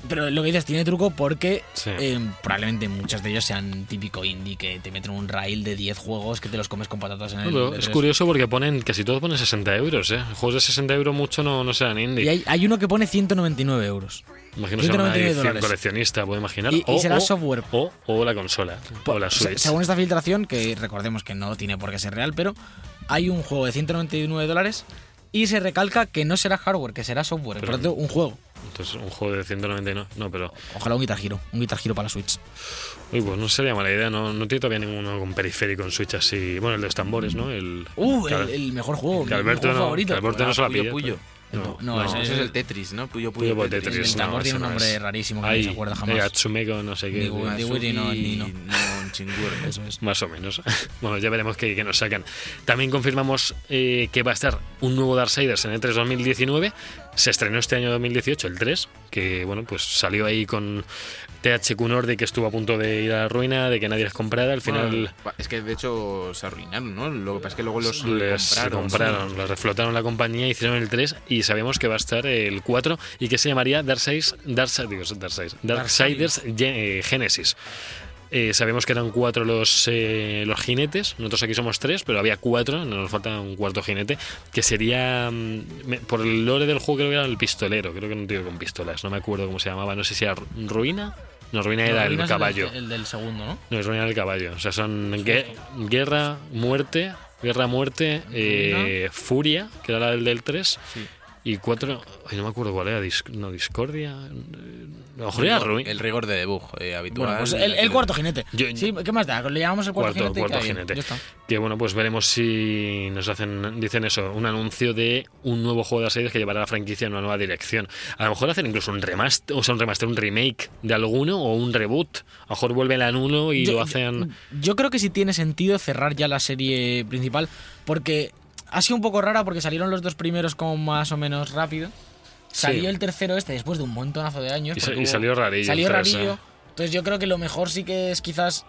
Pero lo que dices tiene truco porque Sí. eh, probablemente muchas de ellas sean típico indie que te meten un rail de 10 juegos que te los comes con patatas en el. Bueno, es E3. curioso porque ponen casi todos ponen 60 euros, ¿eh? Juegos de 60 euros mucho no, no serán indie. Y hay, hay uno que pone 199 euros. Imagino será una 199 edición dólares. coleccionista, puedo imaginar. Y- y será software. O, o la consola. o la Pues, Se- Switch. según esta filtración, que recordemos que no tiene por qué ser real, pero hay un juego de 199 dólares y se recalca que no será hardware, que será software. Pero- por lo tanto, un juego. Entonces, un juego de 199. No, pero. Ojalá un Guitar Hero, un Guitar Hero para la Switch. Uy, pues no sería mala idea. No, no tiene todavía ninguno con periférico en Switch así. Bueno, el de los tambores, ¿no? El, Uh, claro. el, el mejor juego, mi- Que mi Alberto juego no- favorito. que Alberto no se la Puyo pilla. Puyo. No, No, no, ese Ese es es- el Tetris, ¿no? Puyo Puyo Puyo. Puyo El Tetris, tambor no, ese tiene un no nombre es. rarísimo que Ay, no se acuerda jamás. ay, Atsumeko, eh, no sé qué. eh, Digo, Más- de Wii no, ni no. un chingur. Eso es. Más o menos. <laughs> Bueno, ya veremos qué, qué nos sacan. También confirmamos eh, que va a estar un nuevo Darksiders en el 3 2019. Se estrenó este año 2018, el 3, que bueno, pues salió ahí con THQ Nordic que estuvo a punto de ir a la ruina, de que nadie les comprara. Al final Bueno, es que de hecho se arruinaron, ¿no? Lo que pasa es que luego los les compraron, les reflotaron la compañía, hicieron el 3 y sabemos que va a estar el 4 y que se llamaría Darksiders, Darksiders, Darksiders, Darksiders Gen- eh, Genesis. Eh, sabemos que eran cuatro los, eh, los jinetes, nosotros aquí somos tres, pero había cuatro, nos falta un cuarto jinete, que sería, mm, me- por el lore del juego creo que era el pistolero, creo que era un tío con pistolas, no me acuerdo cómo se llamaba, no sé si era Ru- Ruina, no, Ruina No, era el Ruinas es caballo. El, este, del segundo, ¿no? No, es ruina del caballo. O sea, son gue- guerra, muerte, guerra, muerte, eh, furia, que era la del, del 3. Y cuatro, ay, no me acuerdo cuál era, dis- no, discordia. eh, A lo mejor era ruin. El rigor de debug eh, habitual. Bueno, pues el, el cuarto jinete. Yo- Sí, ¿Qué más da? Le llamamos el cuarto, Cuarto, jinete. y cuarto está bien, jinete. ya está. Que bueno, pues veremos si nos hacen, dicen eso, un anuncio de un nuevo juego de las series que llevará a la franquicia en una nueva dirección. A lo mejor hacen incluso un remaster, o sea, un remaster, un remake de alguno o un reboot. A lo mejor vuelven al 1 y Yo- mm, lo hacen. Yo, yo creo que sí tiene sentido cerrar ya la serie principal, porque ha sido un poco rara porque salieron los dos primeros como más o menos rápido. Salió Sí. el tercero este después de un montonazo de años. Y sa- porque y salió rarillo Salió el tres, rarillo. ¿eh? Entonces yo creo que lo mejor sí que es quizás,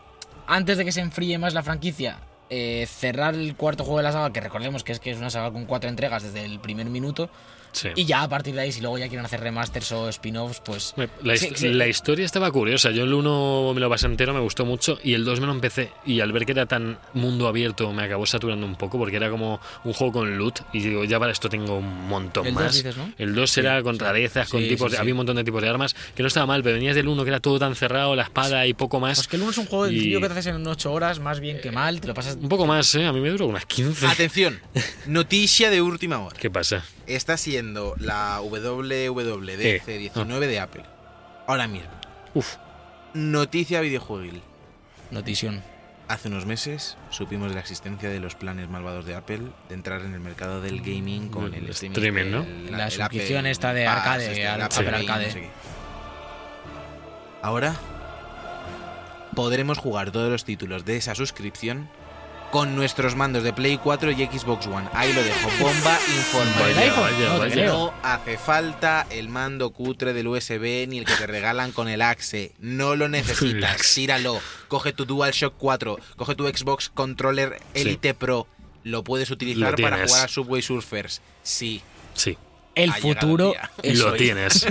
antes de que se enfríe más la franquicia, eh, cerrar el cuarto juego de la saga, que recordemos que es que es una saga con cuatro entregas desde el primer minuto, Sí. y ya a partir de ahí, si luego ya quieren hacer remasters o spin-offs, pues... La, his- Sí, sí. la historia estaba curiosa. Yo el 1 me lo pasé entero, me gustó mucho. Y el 2 me lo empecé. Y al ver que era tan mundo abierto, me acabó saturando un poco. Porque era como un juego con loot. Y digo, ya para esto tengo un montón El dos más. dices, ¿no? El 2 era con rarezas, con Sí, tipos. sí, sí. Había un montón de tipos de armas. Que no estaba mal, pero venías del 1 que era todo tan cerrado, la espada y poco más. Pues que el uno es un juego Y- Eh, del tío que te haces en 8 horas, más bien que mal, te lo pasas Un poco más, ¿eh? A mí me duró unas 15. Ah, Atención, noticia de última hora. ¿Qué pasa? Está siendo la WWDC 19 de Apple. Ahora mismo. Uf. Noticia videojueguil. Notición. Hace unos meses supimos de la existencia de los planes malvados de Apple de entrar en el mercado del gaming con Del el streaming. streaming, el- ¿no? el- La el suscripción Apple esta de Pass, arcade, este, el al Apple Apple Game, Arcade. no sé qué. Ahora podremos jugar todos los títulos de esa suscripción con nuestros mandos de Play 4 y Xbox One. Ahí lo dejo. Bomba ¿El informática. Vaya, iPhone? vaya, no, te vaya. creo. Pues No hace falta el mando cutre del USB ni el que te regalan con el Axe. No <laughs> lo El necesitas. Axe. Tíralo. Coge tu DualShock 4. Coge tu Xbox Controller Sí. Elite Pro. Lo puedes utilizar Lo para tienes. jugar a Subway Surfers. Sí. Sí. el Ha llegado futuro. el día. <laughs> es lo hoy. tienes.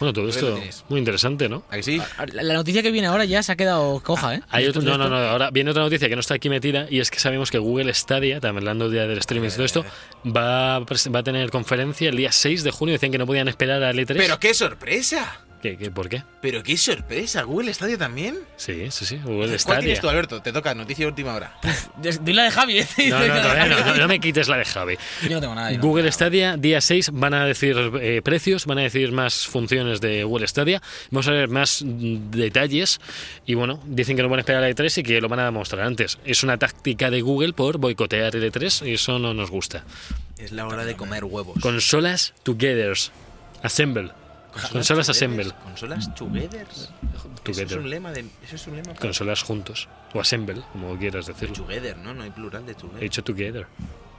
Bueno, todo Lo esto tienes. muy interesante, ¿no? ¿A que sí? La la noticia que viene ahora ya se ha quedado coja, ¿eh? Hay otro, Después de no, no, esto. no, ahora viene otra noticia que no está aquí metida y es que sabemos que Google Stadia, también hablando ya del streaming y todo esto, va a, pres- va a tener conferencia el día 6 de junio. Decían que no podían esperar al E3. Pero qué sorpresa. ¿Qué, qué, por qué? Pero qué sorpresa. Google Stadia también. Sí, sí, sí, Google ¿Cuál Pues Stadia. tienes tú, Alberto? Te toca noticia de <laughs> última hora. Des- Di la de Javi. ¿eh? No, no, todavía no, no, no me quites la de Javi. <laughs> Yo no tengo nada. yo no Google tengo nada. Stadia, día 6, van a decir eh, precios, van a decir más funciones de Google Stadia, vamos a ver más mm, detalles y bueno, dicen que no van a esperar a E3 y que lo van a demostrar antes. Es una táctica de Google por boicotear el E3 y eso no nos gusta. Es la hora de comer huevos. Consolas Togethers, Assemble, consolas Assemble, Consolas together. Eso es Together. un lema de. Eso es un lema. para- consolas juntos o Assemble, como quieras decirlo. Together, ¿no? No hay plural de He together. dicho Together.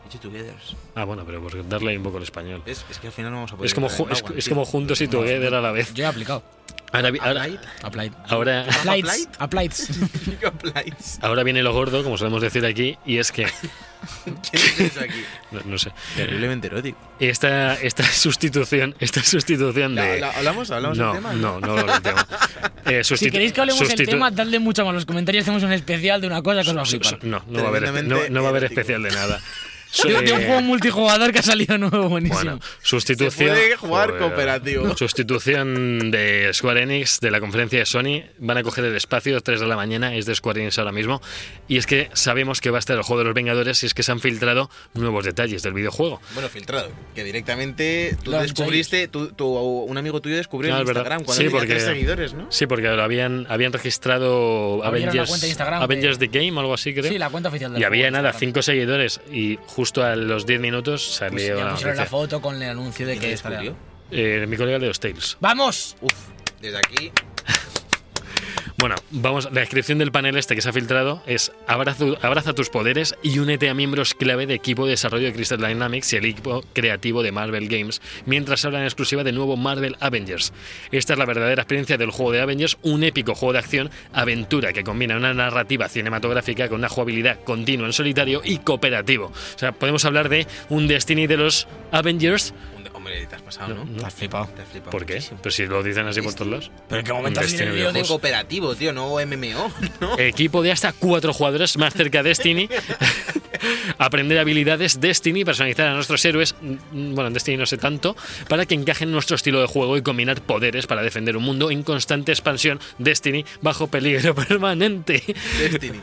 Dicho together. Ah, bueno, pero por darle ahí un poco al español. Es, es que al final no vamos a poder. Es como, entrar en ju- es, Bagua, es tío. como juntos y together a la vez. Yo he aplicado. Ahora, vi- ahora, <laughs> Applied. Applied. ahora, Applied. <laughs> Applied. Digo, applies. Ahora viene lo gordo, como solemos decir aquí, y es que, ¿Qué dices <laughs> aquí? no, no sé, Terriblemente erótico. esta, esta sustitución, esta sustitución de... ¿Hablamos? ¿Hablamos no, del tema? no, no hablo del <laughs> tema. Eh, Si sustitu- queréis que hablemos del sustitu- tema, dadle mucho más los comentarios. Hacemos un especial de una cosa que os va a su- flipar. su- No, no va a haber, espe- no, Tremendamente no va a haber erótico. especial de nada. <laughs> Yo Eh, tengo un juego multijugador que ha salido nuevo, buenísimo. Bueno, pues sustitución. Se puede jugar cooperativo. <laughs> Sustitución de Square Enix de la conferencia de Sony. Van a coger el espacio, 3 de la mañana, es de Square Enix ahora mismo. Y es que sabemos que va a estar el juego de los Vengadores y es que se han filtrado nuevos detalles del videojuego. Bueno, filtrado. Que directamente tú Lo han descubriste, tú- tú- un amigo tuyo descubrió Ah, en es verdad. Instagram cuando Sí, tenía porque- tres seguidores, ¿no? Sí, porque lo habían, habían registrado Abrieron una Avengers, cuenta de Instagram Avengers The Game o algo así, creo. Sí, la cuenta oficial del y había juego, nada, Instagram. cinco seguidores y justo a los 10 minutos Pues salió ya la pusieron la noticia. foto con el anuncio de que estaría. descubrió? Eh, mi colega de los Tales. ¡Vamos! Uf, desde aquí. Bueno, vamos, la descripción del panel este que se ha filtrado es abrazo- abraza tus poderes y únete a miembros clave de equipo de desarrollo de Crystal Dynamics y el equipo creativo de Marvel Games, mientras hablan en exclusiva de nuevo Marvel Avengers. Esta es la verdadera experiencia del juego de Avengers, un épico juego de acción, aventura que combina una narrativa cinematográfica con una jugabilidad continua en solitario y cooperativo. O sea, podemos hablar de un Destiny de los Avengers. Un- Hombre, te has pasado, No, ¿no? no. Te has flipado. Te has flipado. ¿Por qué? muchísimo. Pero si lo dicen así por todos lados. Pero en qué Un momento ha salido Destiny el de vídeo de videojuegos. Go- Cooperativo, tío, no MMO, <laughs> ¿no? Equipo de hasta cuatro jugadores más cerca de Destiny. Aprender habilidades Destiny, personalizar a nuestros héroes, mm, bueno, en Destiny no sé tanto, para que encajen en nuestro estilo de juego y combinar poderes para defender un mundo en constante expansión. Destiny bajo peligro <laughs> permanente. Destiny.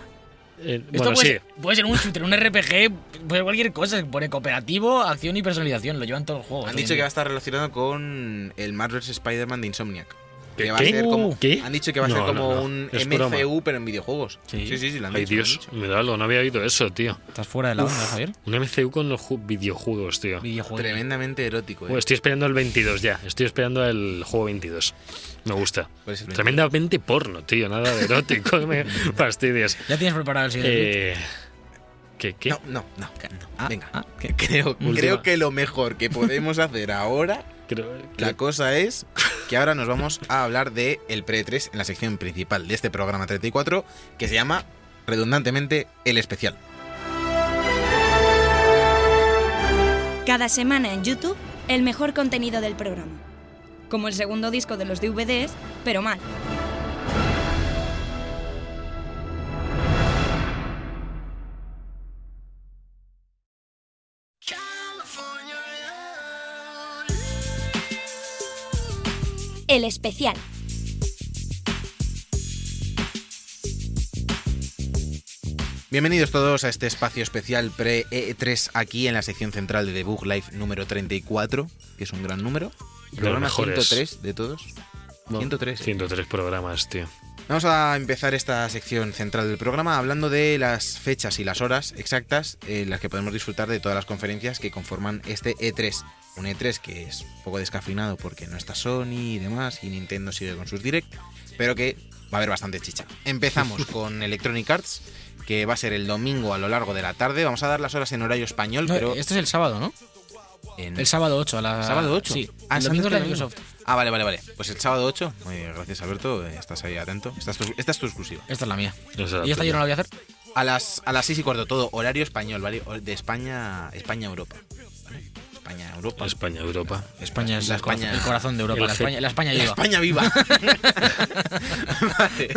Eh, Esto bueno, puede, sí. ser, puede ser un shooter, un RPG, puede ser cualquier cosa. Pone cooperativo, acción y personalización. Lo llevan todos los juegos. Han dicho que va a estar relacionado con el Marvel's Spider-Man de Insomniac. ¿Qué? Que va a ser como, ¿Qué? Han dicho que va a No, ser no, como no. un Es broma. MCU, pero en videojuegos. Sí. sí, sí, Ah, lo han Ay, dicho, lo han Dios, dicho. me da algo, no había oído eso, tío. Estás fuera de la onda, Javier. Un MCU con los ju- videojuegos, tío. Videojuego. Tremendamente erótico. ¿eh? Bueno, estoy esperando el 22 ya, estoy esperando el juego 22. Me gusta. ¿Cuál es el 22? Tremendamente porno, tío, nada de erótico, <laughs> <laughs> me fastidias. Ya tienes preparado el siguiente. Eh, ¿Qué? qué? No, no, no. no. Ah, Venga. ah, ¿qué? Creo, Última. creo que lo mejor que podemos hacer ahora, Creo- creo- la cosa es que ahora nos vamos a hablar de el pre 3 en la sección principal de este programa 34, que se llama redundantemente el especial. Cada semana en YouTube, el mejor contenido del programa. Como el segundo disco de los DVDs, pero mal. El especial. Bienvenidos todos a este espacio especial pre-E3 aquí en la sección central de The Bug Life número 34, que es un gran número. El Los programa mejores. 103 de todos. ¿eh? no, 103. 103 programas, tío. Vamos a empezar esta sección central del programa hablando de las fechas y las horas exactas en las que podemos disfrutar de todas las conferencias que conforman este E3. Un E3 que es un poco descafeinado porque no está Sony y demás, y Nintendo sigue con sus direct, pero que va a haber bastante chicha. <laughs> Empezamos con Electronic Arts, que va a ser el domingo a lo largo de la tarde. Vamos a dar las horas en horario español, No, pero esto es el sábado, ¿no? en El sábado 8 a la... ¿Sábado 8? Sí. Ah, el es domingo es antes del la domingo. Microsoft. Ah, vale, vale, vale. Pues el sábado 8. Muy bien, gracias, Alberto. eh, Estás ahí atento. Esta es tu, esta es tu exclusiva. Esta es la mía. Esa es la Y esta yo tuya. no la voy a hacer. A las, a las 6 y cuarto, todo, horario español, ¿vale? O- De España, España-Europa. ¿vale? España, Europa. España, Europa. España es La el corazón- España- el corazón de Europa. el La gen- España, la España La viva. España viva. <laughs> Vale.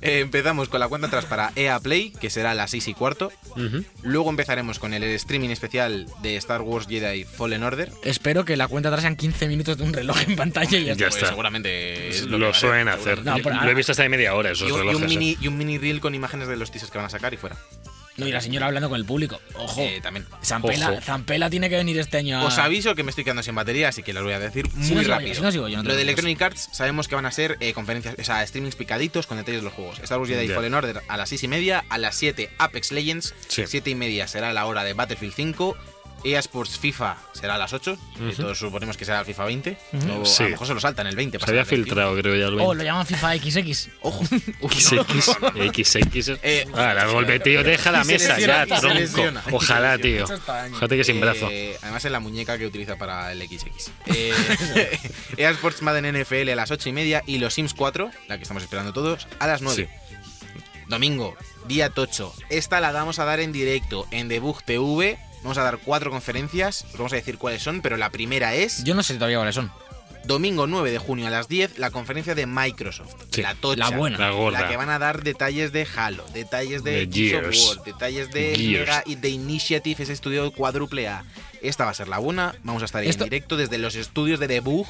Eh, empezamos con la cuenta atrás para EA Play, que será a las 6 y cuarto. Ujú. Luego empezaremos con el streaming especial de Star Wars Jedi Fallen Order. Espero que la cuenta atrás sean 15 minutos de un reloj en pantalla y ya Ya está. Pues está. Seguramente es Lo, que va a suelen hacer. seguramente. No, pero Yo- lo ahora- he visto hasta de media hora Y esos ah, un- y, un relojes. ¿eh? mini, y un mini reel con imágenes de los teasers que van a sacar y fuera. No, y la señora hablando con el público. Ojo. Eh, también. Zampela, ojo. Zampela tiene que venir este año. a- Os aviso que me estoy quedando sin batería, así que los voy a decir muy no sigo yo, rápido. si no sigo yo, no te Lo de preocupes. Electronic Arts sabemos que van a ser eh, conferencias, o sea, streamings picaditos con detalles de los juegos. Star Wars Jedi Ya. Fallen Order a las 6 y media, a las 7 Apex Legends, Sí. 7 y media será la hora de Battlefield 5. EA Sports FIFA será a las 8, que Ujú. todos suponemos que será el FIFA 20. Luego, Sí. A lo mejor se lo saltan el 20. Se pasa había al 21. filtrado, creo ya. el Oh, 20. lo llaman FIFA XX. <laughs> Ojo. XX, XX. <laughs> Eh, ah, la golpe, tío, deja la Se mesa lesiona, ya, se tronco. lesiona. Ojalá, tío. Esto está daño. Fíjate que sin Eh, brazo. Además es la muñeca que utiliza para el XX. Eh, <laughs> <laughs> EA Sports Madden NFL a las 8 y media y los Sims 4, la que estamos esperando todos, a las 9. Domingo, día tocho. Esta la vamos a dar en directo en Debug TV. Vamos a dar cuatro conferencias, os vamos a decir cuáles son, pero la primera es Yo no sé todavía cuáles son. domingo 9 de junio a las 10, la conferencia de Microsoft. Sí, la tocha. la buena. La gorda. La que van a dar detalles de Halo, detalles de, De Gears of Gears. War, detalles de Gears. Mega y de Initiative, ese estudio cuádruple A. Esta va a ser la buena. Vamos a estar ahí Esto- en directo desde los estudios de Debug.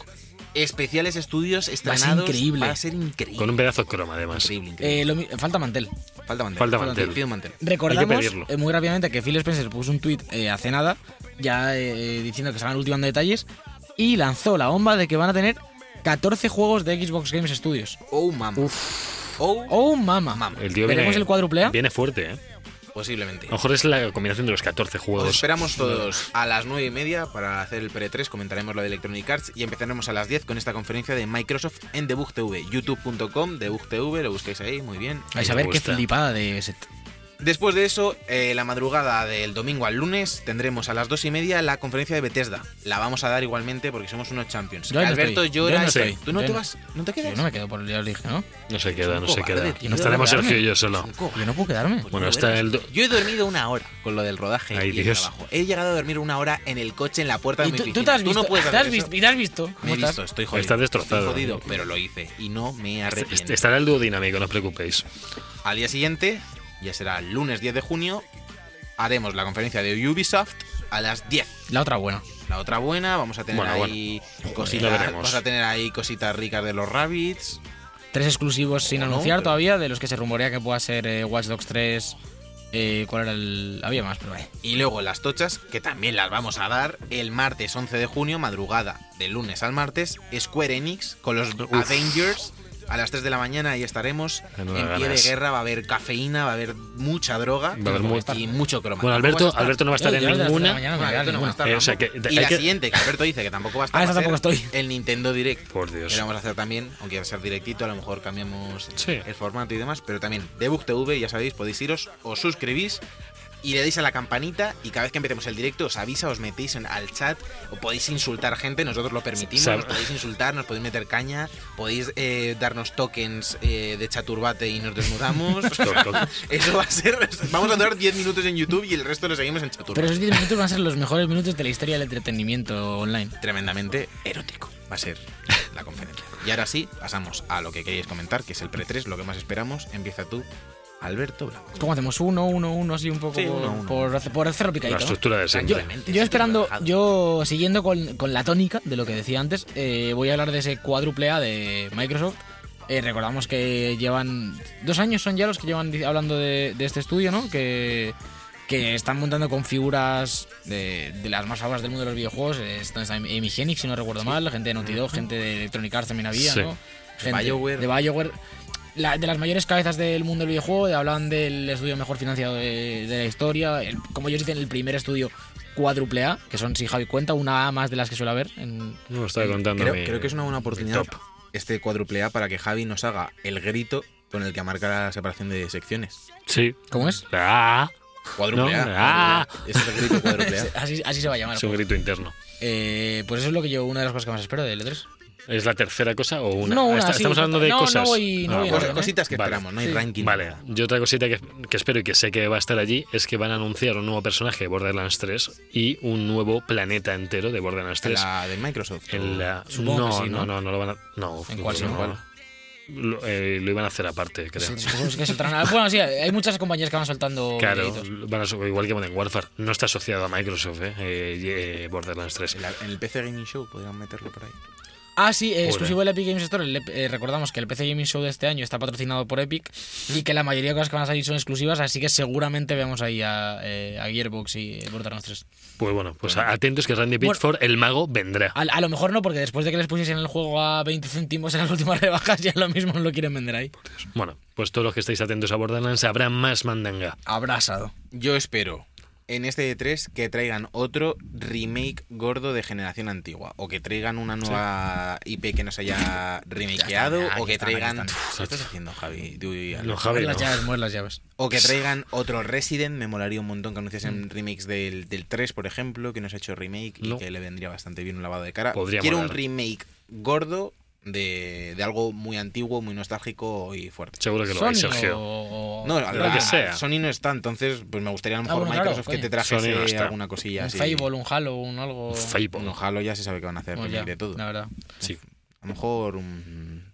Especiales estudios ser estrenados. increíble. Va a ser increíble. Con un pedazo de croma, además. Increíble, increíble. Eh, lo mi- falta mantel. falta mantel. falta mantel. Pido mantel. Hay que Recordamos pedirlo. eh, muy rápidamente que Phil Spencer puso un tuit eh, hace nada, ya eh, diciendo que estaban ultimando detalles, y lanzó la bomba de que van a tener 14 juegos de Xbox Games Studios. Oh, mamá. Oh, ¡Oh, mama! Mama. El tío ¿Veremos viene, el cuádruple A? viene fuerte, ¿eh? posiblemente. A lo mejor es la combinación de los 14 Os Pues juegos. esperamos todos a las 9 y media para hacer el pre-3, comentaremos lo de Electronic Arts y empezaremos a las 10 con esta conferencia de Microsoft en Debug TV, youtube.com, Debug TV, lo buscáis ahí, muy bien. Vais a Me ver qué gusta. flipada de set. Después de eso, eh, la madrugada del domingo al lunes, tendremos a las 2 y media la conferencia de Bethesda. La vamos a dar igualmente porque somos unos champions. Yo ahí no Alberto estoy, yo llora. ahí no y- estoy. ¿Tú no Yo te no- vas? ¿No te Yo quedas? no me quedo por el día, os dije, ¿no? No se queda, un no se cobarde, queda. tío. No estaremos Yo no Sergio y yo solo. Un cobarde. Yo no puedo quedarme. Pues Bueno, no está duermes. el. do- Yo he dormido una hora con lo del rodaje Ay, y el Dios. trabajo. He llegado a dormir una hora en el coche en la puerta de ¿Y mi tú, tú oficina. te has visto? no puedes ¿Te hacer has eso. visto? ¿Y te has visto? Me he ¿Cómo estás? visto, estoy jodido. Estás destrozado. Estoy jodido, pero lo hice y no me Este- arrepiento. este- Estará el duodinámico, no os preocupéis. Al día siguiente, ya será el lunes 10 de junio, haremos la conferencia de Ubisoft a las 10. La otra buena. La otra buena, vamos a tener Bueno, ahí Ya cositas, veremos. vamos a tener ahí cositas ricas de los Rabbits. Tres exclusivos sin Ah, No, anunciar pero- todavía, de los que se rumorea que pueda ser eh, Watch Dogs 3. eh, ¿Cuál era el.? Había más, pero eh, vale. Y luego las tochas, que también las vamos a dar el martes 11 de junio, madrugada, de lunes al martes, Square Enix con los Avengers. A las 3 de la mañana ahí estaremos. En Menuda pie de ganas. guerra va a haber cafeína, va a haber mucha droga Va a haber mu- y mucho croma. Bueno, Tampoco Alberto, vas a estar- Alberto no va a estar Yo, yo en desde las tres de la ninguna. mañana no me Alberto quedaré no va a ninguna. estar, Eh, o sea, tampoco. que- y hay la que- siguiente, que Alberto dice que tampoco va a estar, Ah, esa va a ser tampoco estoy. el Nintendo Direct. Por Dios. Que lo vamos a hacer también, aunque va a ser directito, a lo mejor cambiamos Sí. el formato y demás, pero también Debug TV, ya sabéis, podéis iros, os suscribís y le dais a la campanita y cada vez que empecemos el directo os avisa, os metéis en, al chat, o podéis insultar gente, nosotros lo permitimos, Sab- nos podéis insultar, nos podéis meter caña, podéis eh, darnos tokens eh, de chaturbate y <laughs> nos desnudamos. O sea, <laughs> eso va a ser, vamos a durar 10 minutos en YouTube y el resto lo seguimos en chaturbate. Pero esos 10 minutos van a ser los mejores minutos de la historia del entretenimiento online. tremendamente erótico va a ser la conferencia. Y ahora sí, pasamos a lo que queréis comentar, que es el pre-3, lo que más esperamos. Empieza tú, Alberto Blanco. ¿Cómo hacemos? Uno, uno, uno, así un poco Sí, por, uno, uno. por hacer- por hacerlo La picadito. ¿no? estructura de siempre. Tranquilamente. Yo sí, esperando, relajado. yo siguiendo con, con la tónica de lo que decía antes, eh, voy a hablar de ese cuádruple A de Microsoft. Eh, recordamos que llevan dos años son ya los que llevan di- hablando de, de este estudio, ¿no? Que, que están montando con figuras de, de las más famosas del mundo de los videojuegos. Eh, Están está Amy Hennig, si no recuerdo mal, gente de Naughty Dog, gente de Electronic Arts también había, Sí. ¿no? Gente BioWare. De BioWare. La- de las mayores cabezas del mundo del videojuego, de- hablan del estudio mejor financiado de, de la historia, el- como ellos dicen, el primer estudio cuádruple A, que son, si Javi cuenta, una A más de las que suele haber. en- No lo estaba contando. Creo, mi- creo que es una buena mi oportunidad top. este cuádruple A para que Javi nos haga el grito con el que marca la separación de secciones. Sí. ¿Cómo es? Ah, Cuádruple A. No, ah. cuádruple A. Es el <laughs> grito cuádruple A. <laughs> Así, así se va a llamar. es un grito interno. Eh, pues eso es lo que yo, una de las cosas que más espero de L3. ¿Es la tercera cosa o una? No, una, Está- sí, Estamos hablando de no, no cosas. voy- no voy a vale. orden, ¿eh? cositas que Vale. esperamos, no hay Sí. ranking. Vale, yo otra cosita que, que espero y que sé que va a estar allí es que van a anunciar un nuevo personaje de Borderlands 3 y un nuevo planeta entero de Borderlands 3. La de Microsoft. En la- Supongo no, que sí, no, ¿no? no, no lo van a. No, ¿En cuál, no, en cuál? Lo, eh, lo iban a hacer aparte, creo. Sí, supongo que soltarán algo. Bueno, sí, hay muchas compañías que van soltando. Claro, videitos. van a su- igual que Modern Warfare. No está asociado a Microsoft, eh, eh, y, eh, Borderlands 3. En, la- en el PC Gaming Show podrían meterlo por ahí. Ah, sí, eh, exclusivo del Epic Games Store. El ep- eh, recordamos que el PC Gaming Show de este año está patrocinado por Epic y que la mayoría de cosas que van a salir son exclusivas, así que seguramente vemos ahí a, eh, a Gearbox y eh, Borderlands 3. Pues bueno, pues atentos que Randy Bueno. Ah. Pitchford, el mago, vendrá. A, a lo mejor no, porque después de que les pusiesen el juego a 20 céntimos en las últimas <laughs> rebajas, ya lo mismo lo quieren vender ahí. Bueno, pues todos los que estáis atentos a Borderlands habrá más mandanga. Abrasado. Yo espero en este E3 que traigan otro remake gordo de generación antigua. O que traigan una nueva IP que no se haya remakeado. ya, aquí o que están, aquí traigan. están. Uf, ¿Qué estás haciendo, Javi? Tú y Alba. No, Mueve Javi, no. las llaves, mueve las llaves. O que traigan otro Resident, me molaría un montón que Mm. anunciasen remakes del, del 3, por ejemplo, que no se ha hecho remake No. y que le vendría bastante bien un lavado de cara. Podría Quiero molar. un remake gordo de, de algo muy antiguo, muy nostálgico y fuerte. Seguro que lo Sony hay, Sergio. o- o- No, o- la- que sea. Sony no está, entonces pues me gustaría a lo mejor Ah, bueno, claro, Microsoft que coño. te trajese Sony no está. alguna cosilla un así. Fable, un Halo, un algo. Facebook. Un Halo ya se sabe que van a hacer Bueno, remake ya, de todo. La verdad. Sí. A lo mejor un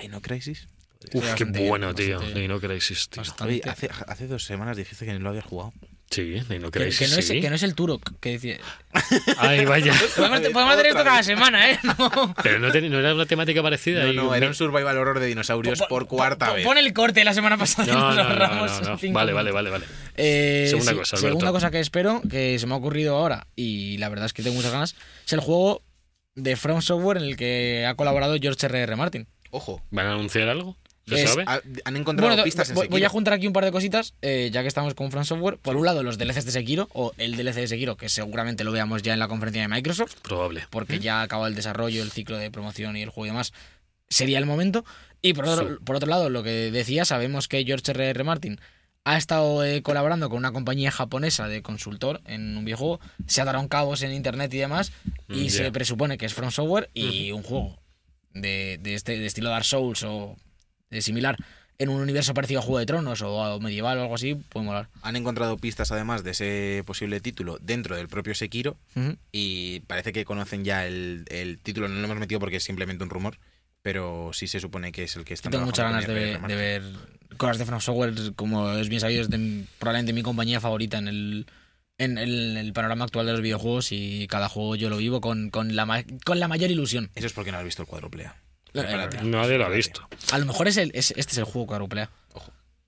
Dino Crisis. Uf, qué bastante bien, bueno, tío. bastante bien. Dino Crisis, tío. Oye, Bastante. hace, hace dos semanas dijiste que no lo habías jugado. Sí, Dino Que, Crisis. que no es, sí. que no es el Turok que decía. Ay, <laughs> vaya. Podemos, podemos hacer esto cada semana, ¿eh? <laughs> No. Pero no, ten- no era una temática parecida. No, y no, un- era un survival horror de dinosaurios por cuarta Po- vez. Pon el corte la semana pasada. y No, <laughs> nos no, no, ahorramos no, no. cinco Vale, vale, minutos. vale, vale. Eh, Segunda sí, cosa, segunda Alberto. cosa que espero, que se me ha ocurrido ahora, y la verdad es que tengo muchas ganas, es el juego de From Software en el que ha colaborado George R.R. Martin. Ojo, ¿Van a anunciar algo? ¿Se Es- sabe? ha- han encontrado do- pistas en voy, voy Sekiro. a juntar aquí un par de cositas, eh, ya que estamos con From Software. Por un lado, los DLCs de Sekiro, o el DLC de Sekiro, que seguramente lo veamos ya en la conferencia de Microsoft, Probable. porque ya ha acabado el desarrollo, el ciclo de promoción y el juego y demás. Sería el momento. Y por otro, Sí. por otro lado, lo que decía, sabemos que George R.R. Martin ha estado eh, colaborando con una compañía japonesa de consultor en un videojuego. Se ataron cabos en internet y demás. Y Mm, ya. se presupone que es From Software y un juego de, de este de estilo Dark Souls o de similar en un universo parecido a Juego de Tronos o a medieval o algo así, puede molar. Han encontrado pistas además de ese posible título dentro del propio Sekiro y parece que conocen ya el, el título, no lo hemos metido porque es simplemente un rumor, pero sí se supone que es el que están Tengo muchas ganas trabajando de, con ver- IRM. de ver cosas de From Software, como es bien sabido, es de mi- probablemente mi compañía favorita en el, en, el, el panorama actual de los videojuegos y cada juego yo lo vivo con, con, la, ma- con la mayor ilusión. Eso es porque no has visto el cuádruple A. La- eh, Prepárate. Nadie lo ha visto. A lo mejor es el, es- este es el juego que aruplea.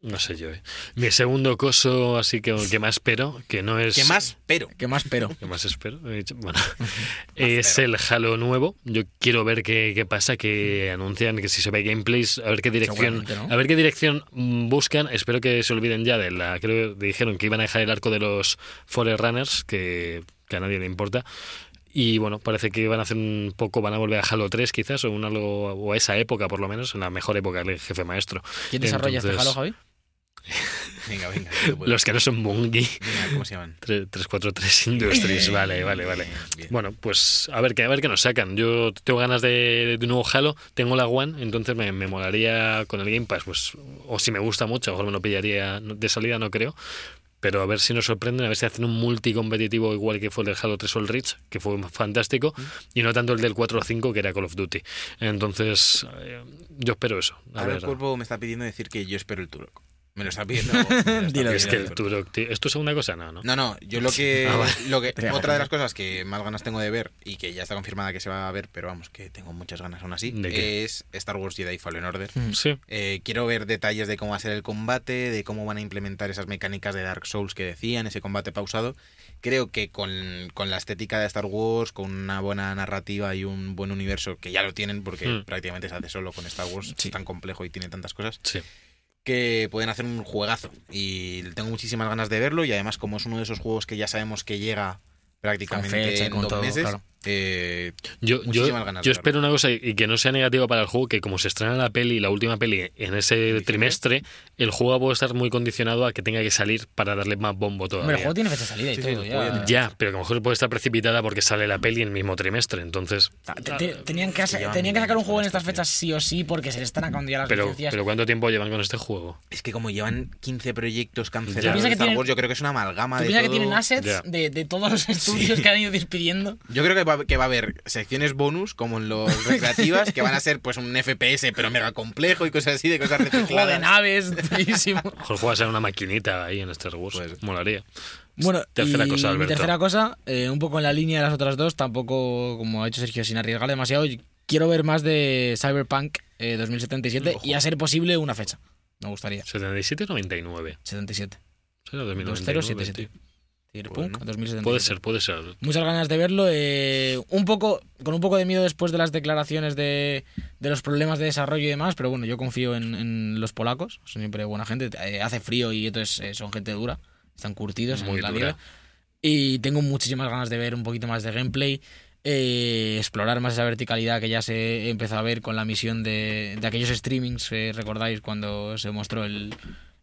No sé yo. eh. Mi segundo coso, así que que más espero, que no es. ¿Qué más? Pero. ¿Qué más pero? ¿Qué más espero? He dicho- Bueno, <laughs> es el Halo nuevo. Yo quiero ver qué, qué pasa, que anuncian que si se ve gameplays, a ver qué dirección, Seguramente, ¿no? a ver qué dirección mm, buscan. Espero que se olviden ya de la. Creo que dijeron que iban a dejar el arco de los Forerunners, que, que a nadie le importa. Y bueno, parece que van a hacer un poco, van a volver a Halo 3 quizás, o un algo, o a esa época por lo menos, en la mejor época del jefe maestro. ¿Quién desarrolla este Entonces, Halo, Javi? Venga, venga. que tú puedes. Los que no son Bungie, Venga, ¿cómo se llaman? 343 <laughs> Industries, Bien, vale, vale, vale. bien, bien. Bueno, pues a ver qué, a ver qué nos sacan. Yo tengo ganas de, de un nuevo Halo, tengo la One, entonces me, me molaría con el Game Pass, pues, o si me gusta mucho, a lo mejor me lo pillaría no- de salida, no creo. Pero a ver si nos sorprenden, a ver si hacen un multicompetitivo igual que fue el del Halo 3 All Reach, que fue fantástico, y no tanto el del 4 o 5, que era Call of Duty. Entonces, eh, yo espero eso. A Ahora ver, pues, el cuerpo me está pidiendo decir que yo espero el Turok. <laughs> Me lo está pidiendo. me lo está Dilo, es pidiendo que el Turok, tío, ¿es tu segunda cosa? No, no. No, no, yo lo que. Ah, vale. lo que Te hago otra de caso. las cosas que más ganas tengo de ver y que ya está confirmada que se va a ver, pero vamos, que tengo muchas ganas aún así, ¿De qué? es Star Wars Jedi Fallen Order. Sí, Eh, quiero ver detalles de cómo va a ser el combate, de cómo van a implementar esas mecánicas de Dark Souls que decían, ese combate pausado. Creo que con, con la estética de Star Wars, con una buena narrativa y un buen universo, que ya lo tienen porque Mm. prácticamente se hace solo con Star Wars, Hmm. Sí. es tan complejo y tiene tantas cosas, sí. que pueden hacer un juegazo. Y tengo muchísimas ganas de verlo y además como es uno de esos juegos que ya sabemos que llega Con prácticamente fecha y en con dos todo, meses, claro. eh, Yo, yo- muchísimas ganas yo de espero una cosa y- y que no sea negativa para el juego, que como se estrena la peli, la última peli, en ese trimestre, el juego puede estar muy condicionado a que tenga que salir para darle más bombo Hombre, todavía. el juego tiene fecha de salida y Sí, sí, todo. el ya. juego Ya, pero que a lo mejor puede estar precipitada porque sale la peli el mismo trimestre, entonces... Te- te- tenían que, llevan tenían que mil sacar un años juego con en estas esto, fechas sí o sí porque se le están acabando ya las Pero, licencias. pero ¿cuánto tiempo llevan con este juego? Es que como llevan 15 proyectos Ya. cancelados Piensa de que Star tienen- Wars, yo creo que es una amalgama ¿Tú de piensas que todo. tienen assets Ya. de, de todos los estudios que han ido despidiendo? Yo creo que va, que va a haber secciones bonus, como en los <laughs> recreativas, que van a ser pues un FPS pero mega complejo y cosas así, de cosas Juego de recicladas. naves, <laughs> durísimo. A lo mejor juegas a una maquinita ahí en Star Wars. Pues- Molaría. Bueno, Tercera y cosa, mi Alberto. tercera cosa, eh, un poco en la línea de las otras dos, tampoco como ha hecho Sergio sin arriesgar demasiado, yo quiero ver más de Cyberpunk eh, 2077 y a ser posible una fecha. Me gustaría. 77-99. 77. ¿Será 2099, 2077. tío? Cyberpunk Bueno, 2077. Puede ser, puede ser. Muchas ganas de verlo. eh, un poco, con un poco de miedo después de las declaraciones de, de los problemas de desarrollo y demás, pero bueno, yo confío en, en los polacos. Son siempre buena gente. eh, hace frío y entonces eh, son gente dura. Están curtidos Muy en la dura. liga. Y tengo muchísimas ganas de ver un poquito más de gameplay. eh, explorar más esa verticalidad que ya se empezó a ver con la misión de, de aquellos streamings, eh, recordáis cuando se mostró el,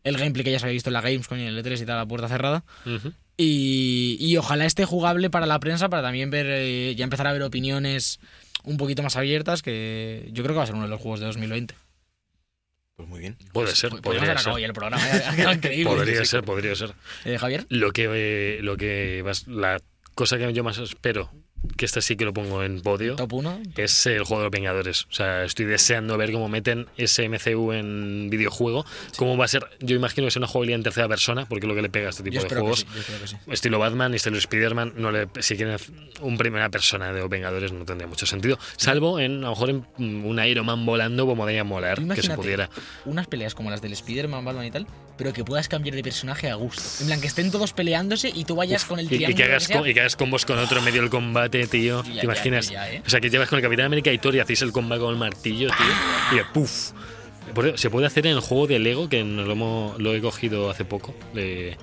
el gameplay que ya se había visto en la Gamescom y en el E3 y tal, a puerta cerrada. Ujú. Y, y ojalá esté jugable para la prensa, para también ver, eh, ya empezar a ver opiniones un poquito más abiertas, que yo creo que va a ser uno de los juegos de 2020. Pues muy bien. Puede ser, Pod- podríamos podría haber acabado ya ser. el programa, ya <laughs> ha quedado increíble. Podría ser, podría ser. Eh, Javier, Lo que, eh, lo que vas- la cosa que yo más espero, que esta sí que lo pongo en podio, top 1. es el juego de los Vengadores. O sea, estoy deseando ver cómo meten ese MCU en videojuego, cómo va a ser, yo imagino que es una jugabilidad en tercera persona, porque es lo que le pega a este tipo Yo de espero, que juegos. sí, yo espero que sí. Estilo Batman y estilo Spider-Man, no le, si quieren hacer un primera persona de los Vengadores no tendría mucho sentido. Salvo en, a lo mejor en mm, un Iron Man volando como podría molar, Tú que se imagínate pudiera. unas peleas como las del Spider-Man, Batman y tal, pero que puedas cambiar de personaje a gusto. En plan, que estén todos peleándose y tú vayas con el Y, y triángulo. que hagas, sea. co- y que hagas combos con otro en medio del combate, tío. Ya, ¿Te ya, imaginas? ya, ¿eh? O sea, que llevas con el Capitán América y Thor y hacéis el combate con el martillo, tío. Y puff. Se puede hacer en el juego de Lego, que nos lo, hemos- lo he cogido hace poco. de-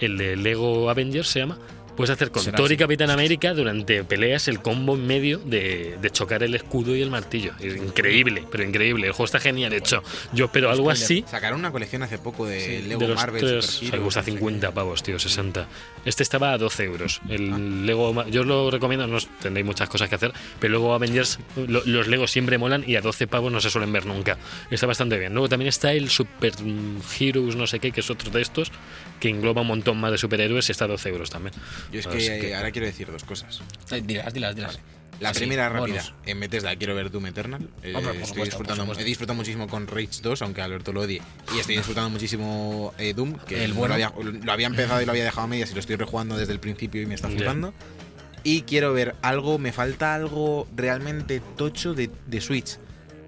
el de Lego Avengers se llama. Puedes hacer con Será Thor y así. Capitán América durante peleas el combo en medio de, de chocar el escudo y el martillo. Es increíble, pero increíble. El juego está genial hecho. Yo espero algo así Sacaron una colección hace poco de Sí, Eh, Lego de los Marvel tres, Super o sea, Heroes, cuesta no sé qué. Ah. 50 pavos, tío, 60. Este estaba a 12 euros. El Lego, Ma- yo os lo recomiendo, no os- tendréis muchas cosas que hacer, pero luego Avengers, lo- los Legos siempre molan y a 12 pavos no se suelen ver nunca. Está bastante bien. Luego también está el Super mm, Heroes, no sé qué, que es otro de estos, que engloba un montón más de superhéroes y está a 12 euros también. Yo es Así que, eh, ahora quiero decir dos cosas. Eh, Dilas, dilas, dilas. La Sí, primera bonus. rápida, en Bethesda quiero ver Doom Eternal. Eh, Hombre, por estoy supuesto, disfrutando, por supuesto. he disfrutado muchísimo con Rage 2, aunque Alberto lo odie. Y estoy disfrutando muchísimo eh, Doom, que El no bueno. lo, había, lo había empezado y lo había dejado a medias y lo estoy rejugando desde el principio y me está Ya. flipando. Y quiero ver algo, me falta algo realmente tocho de, de Switch.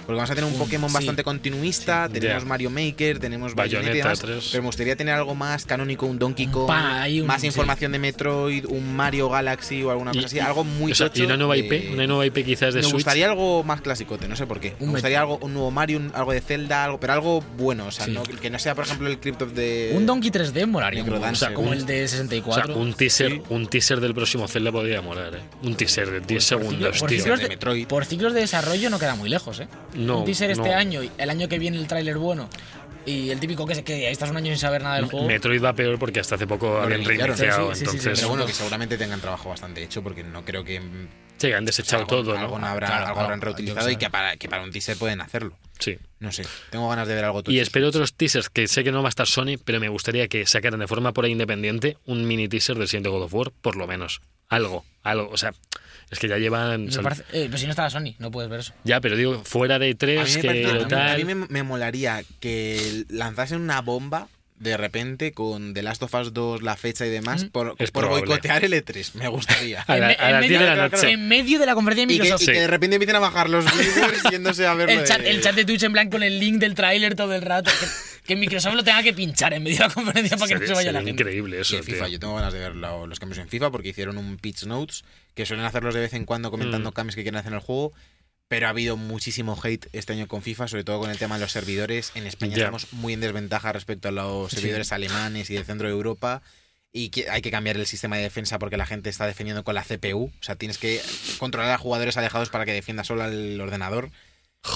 Porque vamos a tener un Mm, Pokémon sí. bastante continuista, Ya. tenemos Mario Maker, tenemos Bayonetta, y Bayonetta demás, 3. pero me gustaría tener algo más canónico, un Donkey Un Kong, pa- ahí un- más sí. información de Metroid, un Mario Galaxy o alguna Y- cosa así, y- algo muy O sea, tocho y una nueva de- IP, una nueva IP quizás de me Switch. gustaría algo más clasicote, no sé por qué. Un me gustaría algo, un nuevo Mario, un- algo de Zelda, algo, pero algo bueno, o sea, Sí. no- que no sea, por ejemplo, el Crypt of the. Un Donkey 3D molaría. un poco, O Necrodancer, sea, como un- el de O sea, 64. un teaser, Sí. un teaser del próximo Zelda podría molar, ¿eh? Un teaser de 10 Por segundos, ciclo- por, tío. ciclos De de, Metroid. por ciclos de desarrollo no queda muy lejos, ¿eh? No, un teaser este no. año, y el año que viene el tráiler bueno y el típico que se que ahí estás un año sin saber nada del juego. Metroid va peor porque hasta hace poco habían reiniciaron, reiniciado, sí, sí, sí, sí, entonces Pero bueno, que seguramente tengan trabajo bastante hecho, porque no creo que. mm, sí, han desechado algo, todo, algo ¿no? Ah, habrá, Claro, algo claro, habrán yo reutilizado qué y sé. que para, que para un teaser pueden hacerlo. Sí. No sé. Tengo ganas de ver algo tocho. Y espero otros teasers que sé que no va a estar Sony, pero me gustaría que sacaran de forma por ahí independiente un mini teaser del siguiente God of War, por lo menos. Algo, algo. O sea, es que ya llevan. Me son- parece- eh, pero si no está la Sony, no puedes ver eso. Ya, pero digo, fuera de A mí, tres, me, que parece- a mí- tal. a mí me, me molaría que lanzasen una bomba de repente con The Last of Us 2, la fecha y demás, por, Mm, Es por probable. boicotear el E3. <laughs> Me gustaría. A la- En me- a en las 10 de la medio- noche. En medio de la conferencia de Y que, Microsoft. y que Sí. de repente empiecen a bajar los <laughs> vídeos yéndose a ver lo El de- chat, el chat de Twitch en blanco con el link del tráiler todo el rato. Que, que Microsoft lo tenga que pinchar en medio de la conferencia para que no Sería- se vaya la sería gente. increíble Y eso, de FIFA, tío. yo tengo ganas de ver la- los cambios en FIFA porque hicieron un pitch notes que suelen hacerlos de vez en cuando comentando Mm. cambios que quieren hacer en el juego. Pero ha habido muchísimo hate este año con FIFA, sobre todo con el tema de los servidores. En España Ya. estamos muy en desventaja respecto a los servidores alemanes y del centro de Europa. y que- hay que cambiar el sistema de defensa porque la gente está defendiendo con la CPU. O sea, tienes que controlar a jugadores alejados para que defienda solo al ordenador.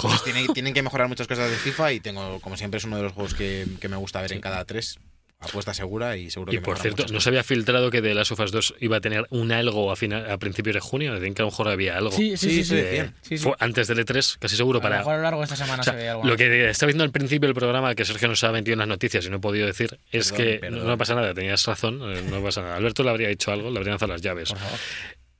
Pues tiene- tienen que mejorar muchas cosas de FIFA y tengo, como siempre, es uno de los juegos que, que me gusta ver en cada tres. Apuesta segura y seguro Y que por mejora cierto, muchas ¿no cosas. se había filtrado que de Last of Us 2 iba a tener un algo a, final, a principios de junio? Decían que a lo mejor había algo. Sí, Sí, sí, sí. sí, sí. decían. sí, sí. Fue antes del E3, casi seguro, A lo para... mejor a lo largo de esta semana o sea, se ve algo. lo que está viendo al principio del programa, que Sergio nos ha metido en las noticias y no he podido decir, es Perdón, que perdón. no pasa nada, tenías razón, eh, no pasa nada. Alberto le habría dicho algo, le habrían lanzado las llaves. Por favor.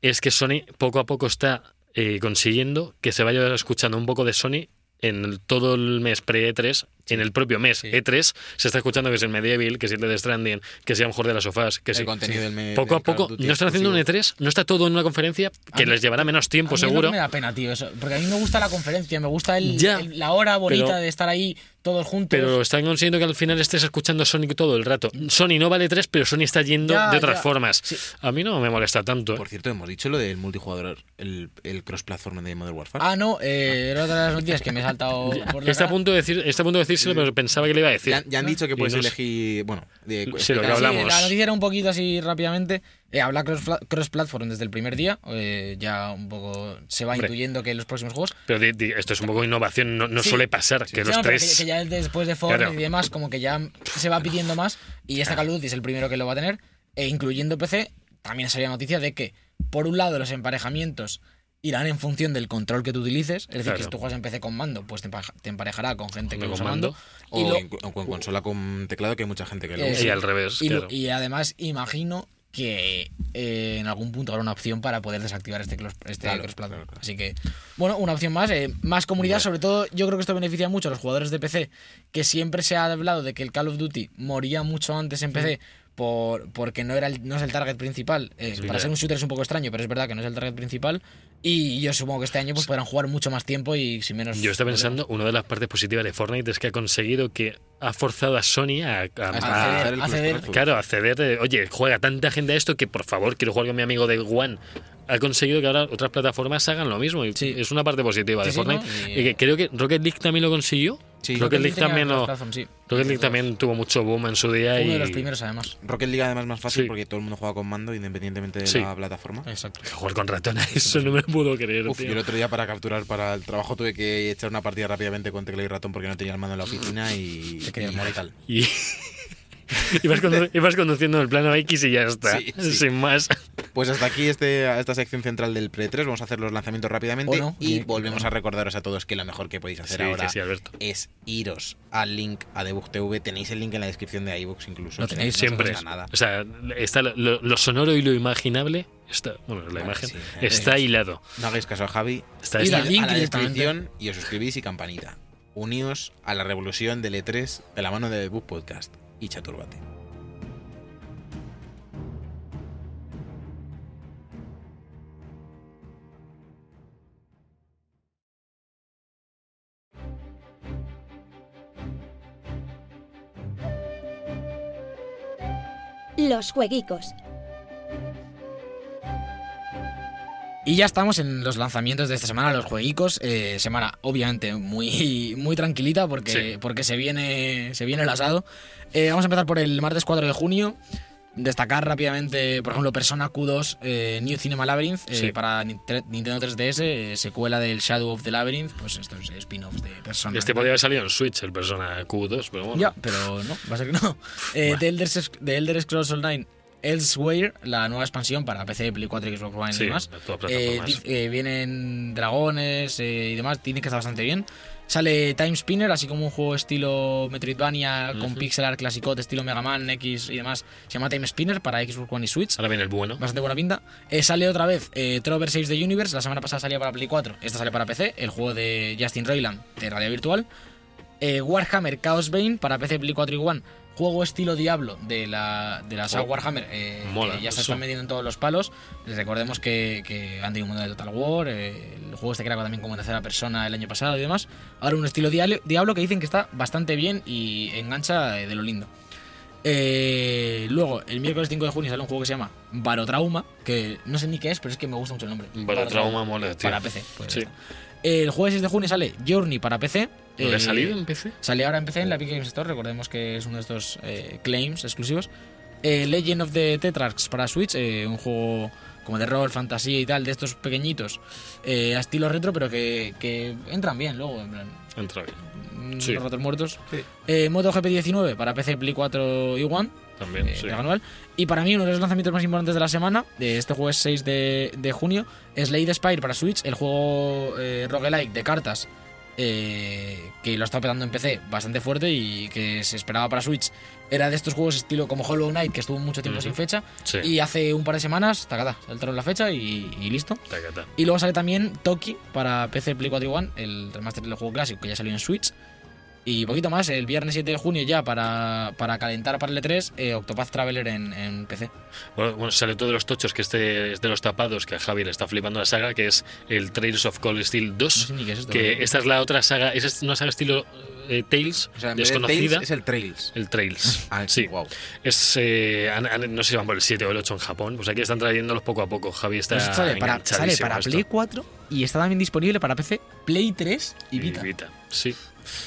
es que Sony poco a poco está eh, consiguiendo que se vaya escuchando un poco de Sony en el- todo el mes pre-E3, en el propio mes Sí. E3, se está escuchando que es el Medieval, que si el de Stranding, que sea mejor de las sofás, que El sí. contenido del me- Poco a del Call of poco, Duty no están haciendo un exclusivo. E3, no está todo en una conferencia, que mí- les llevará menos tiempo Ah, A mí es lo pues seguro. que me da pena, tío, eso. Porque a mí me gusta la conferencia, me gusta el, Ya, el- la hora bonita pero- de estar ahí todos juntos. Pero están consiguiendo que al final estés escuchando Sony todo el rato. Sony no vale 3, pero Sony está yendo Ya, de otras ya. formas. Sí. A mí no me molesta tanto. ¿eh? Por cierto, hemos dicho lo del multijugador, el, el cross-platform de Modern Warfare. Ah, no, eh, era otra de las noticias que me <laughs> he saltado por la Está a cara. punto de decir, está a punto de decírselo, pero pensaba que le iba a decir. ya, ya han dicho que Y puedes no sé. elegir. Bueno, de- Sí, lo que Ah, Sí, hablamos. la noticia era un poquito así rápidamente. Eh, habla cross- cross-platform desde el primer día. eh, ya un poco se va Hombre. intuyendo que los próximos juegos. Pero di- di- esto es un poco innovación, no, no Sí. suele pasar que Sí, los no, pero tres. Que, que ya después de Fortnite Claro. y demás, como que ya se va pidiendo más. Y esta Call of Duty es el primero que lo va a tener. E incluyendo PC, también sería noticia de que, por un lado, los emparejamientos irán en función del control que tú utilices. Es decir, que Claro. si tú juegas en PC con mando, pues te, empaja- te emparejará con gente que Con usa mando. mando. o, y lo- en- o con consola con teclado, que hay mucha gente que lo Eh, usa. Y al revés. Y, lo- claro. y además imagino que eh, en algún punto habrá una opción para poder desactivar este, cross, este Claro, cross-platform. claro, claro. Así que, bueno, una opción más, eh, más comunidad. Vale. Sobre todo, yo creo que esto beneficia mucho a los jugadores de PC, que siempre se ha hablado de que el Call of Duty moría mucho antes en PC. Por, porque no era el, no es el target principal. Eh, Sí, para claro. ser un shooter es un poco extraño, pero es verdad que no es el target principal. Y yo supongo que este año pues podrán jugar mucho más tiempo y sin menos. Yo estoy pensando, una de las partes positivas de Fortnite es que ha conseguido que ha forzado a Sony a. a- a- Hasta acceder- el acceder- cross-platform. claro, a ceder. eh, Oye, juega tanta gente a esto que por favor quiero jugar con mi amigo de One. Ha conseguido que ahora otras plataformas hagan lo mismo. y Sí. Es una parte positiva Sí, de sí, ¿no? Fortnite. Y- Y que creo que Rocket League también lo consiguió. Sí. Rocket League tenía también lo. cross-platform, sí. Rocket League también tuvo mucho boom en su día. Fue Uno y de los primeros, además. Rocket League además más fácil Sí. porque todo el mundo juega con mando independientemente de Sí. la plataforma. Exacto. Jugar con ratones, eso no me lo puedo creer. Uf, tío. yo el otro día para capturar para el trabajo tuve que echar una partida rápidamente con teclado y ratón porque no tenía el mando en la oficina y, Te quería y morir. tal. Y ibas, condu- ibas conduciendo en el plano X y ya está. Sí, sí. Sin más. Pues hasta aquí este, esta sección central del Pre 3. Vamos a hacer los lanzamientos rápidamente O Oh, no, y y- volvemos a recordaros a todos que lo mejor que podéis hacer Sí, ahora sí, sí, Alberto. es iros al link a Debug TV. Tenéis el link en la descripción de iBooks incluso. Lo tenéis No Siempre. os cuesta nada. O sea, está lo- lo, lo sonoro y lo imaginable. Está, bueno, la Vale, imagen sí, está es. hilado. No hagáis caso a Javi. Está, Y Id la- está- al- link a la directamente. descripción y os suscribís y campanita. Uníos a la revolución del E3 de la mano de Debug Podcast y Chaturbate. Los jueguicos. Y ya estamos en los lanzamientos de esta semana, los jueguicos. eh, semana, obviamente, muy, <laughs> muy tranquilita porque, Sí. porque se, viene, se viene el asado. Eh, vamos a empezar por el martes 4 de junio. Destacar rápidamente, por ejemplo, Persona Q2 eh, New Cinema Labyrinth eh, Sí. para Ninte- Nintendo 3DS, eh, secuela del Shadow of the Labyrinth. Pues estos spin-offs de Persona. Este podría haber salido en Switch, el Persona Q2, pero bueno. Ya, pero no, va a ser <laughs> que no. Eh, The, Elder, Sc- The Elder Scrolls Online Elsewhere, la nueva expansión para PC, Play 4 y Xbox One Sí, y demás. a todas plataformas. Eh, di- eh, vienen dragones eh, y demás, tiene que estar bastante bien. Sale Time Spinner, así como un juego estilo Metroidvania con pixel art clasicote, estilo Mega Man X y demás. Se llama Time Spinner para Xbox One y Switch. Ahora viene el bueno. Bastante buena pinta. Eh, sale otra vez eh, Trover 6 de Universe. La semana pasada salía para Play 4. Esta sale para PC. El juego de Justin Roiland de realidad virtual. Eh, Warhammer Chaos Bane para PC, Play 4 y One. Juego estilo Diablo de la, de la saga Oh, Warhammer. eh, mola que ya eso. se están metiendo en todos los palos. Les recordemos que, que han tenido un mundo de Total War. eh, el juego este que era también como tercera persona el año pasado y demás. Ahora un estilo Diablo, Diablo que dicen que está bastante bien y engancha eh, de lo lindo. Eh, luego, el miércoles 5 de junio sale un juego que se llama Barotrauma, que no sé ni qué es, pero es que me gusta mucho el nombre. Barotrauma mola, tío. Para PC. pues Sí. ya está. El jueves 6 de junio sale Journey para PC. ¿No le ha Eh, salido en PC? Sale ahora en PC en la Epic Games Store, recordemos que es uno de estos eh, claims exclusivos. Eh, Legend of the Tetrarchs para Switch, eh, un juego como de rol, fantasía y tal, de estos pequeñitos, eh, a estilo retro, pero que, que entran bien luego, en plan, Entra bien. mm, Sí. los ratos muertos. Sí. Eh, MotoGP 19 para PC, Play 4 y One, También, eh, sí. entrega anual. Y para mí, uno de los lanzamientos más importantes de la semana, de este jueves 6 de, de junio, es Lady Spire para Switch, el juego eh, roguelike de cartas, eh, que lo está petando en PC bastante fuerte y que se esperaba para Switch. Era de estos juegos estilo como Hollow Knight, que estuvo mucho tiempo Ujú. sin fecha, Sí. y hace un par de semanas, tacata, saltaron la fecha y, y listo. Tacata. Y luego sale también Toki para PC, Play 4 y One, el remaster del juego clásico que ya salió en Switch. Y poquito más, el viernes 7 de junio ya para, para calentar para el E3, eh, Octopath Traveler en, en PC. Bueno, bueno, sale todo de los tochos, que este es de los tapados, que a Javi le está flipando la saga, que es el Trails of Cold Steel 2. No sé ni qué es esto. que esta es la otra saga, esa es una saga estilo eh, Tales, O sea, en vez de desconocida. Tales, es el Trails. el <laughs> Trails. Ah, sí. Wow. Es, eh, han- han- no sé si van por el 7 o el 8 en Japón. Pues aquí están trayéndolos poco a poco. Javi está. Pues esto sale para, sale enganchadísimo a para esto. Play 4 y está también disponible para PC, Play 3 y Vita. Y Vita. Sí. <laughs>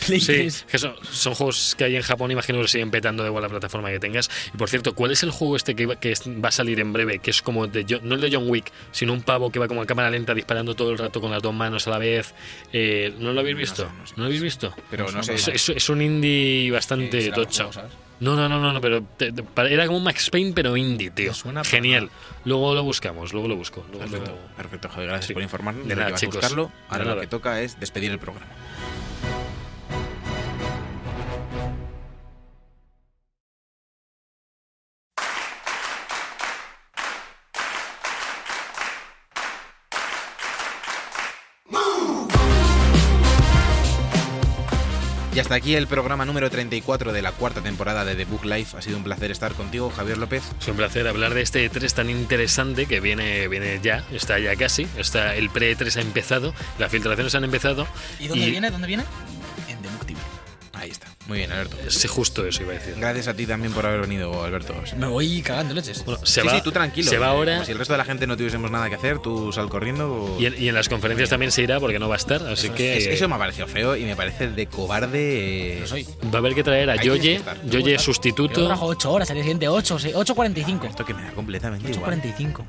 Play Sí, 3. que son, son juegos que hay en Japón, imagino que lo siguen petando de igual la plataforma que tengas. Y por cierto, ¿cuál es el juego este que, va- que es- va a salir en breve? Que es como, de, Jo- no el de John Wick, sino un pavo que va como a cámara lenta disparando todo el rato con las dos manos a la vez. Eh, ¿No lo habéis No visto? sé, no sé. ¿No lo habéis visto? Pero no sé. Es, es- es un indie Eh, bastante Sí, será tocho. un juego, ¿sabes? no, no, no, no, no, pero te- te- para- era como un Max Payne, pero indie, tío. Me suena para Genial. Luego lo buscamos, luego lo busco. luego lo- Perfecto, perfecto, Javi, gracias Sí. por informarnos. De lo que nada, vas a chicos. buscarlo. De Ahora lo nada. que toca es despedir el programa. Y hasta aquí el programa número 34 de la cuarta temporada de The Book Life. Ha sido un placer estar contigo, Javier López. Es un placer hablar de este E3 tan interesante que viene, viene ya, está ya casi, está el pre-E3 ha empezado, las filtraciones han empezado. ¿Y dónde viene? ¿Dónde viene? En Deductible. Ahí está. Muy bien, Alberto. Sí, justo eso iba a decir. Gracias a ti también por haber venido, Alberto. Me voy cagando leches. Bueno, se sí, va, sí, tú tranquilo. Se va Eh, ahora como Si el resto de la gente no tuviésemos nada que hacer, tú sal corriendo. o- y en, y en las conferencias también se irá porque no va a estar, así que Es- eh, eso me ha parecido feo y me parece de cobarde. eh, Lo soy. va a haber que traer a Ahí tienes que Yoye, estar. Yoye Yo trabajo sustituto. 8 horas, al día siguiente 8, 8.45. Esto que me da completamente igual. 8.45.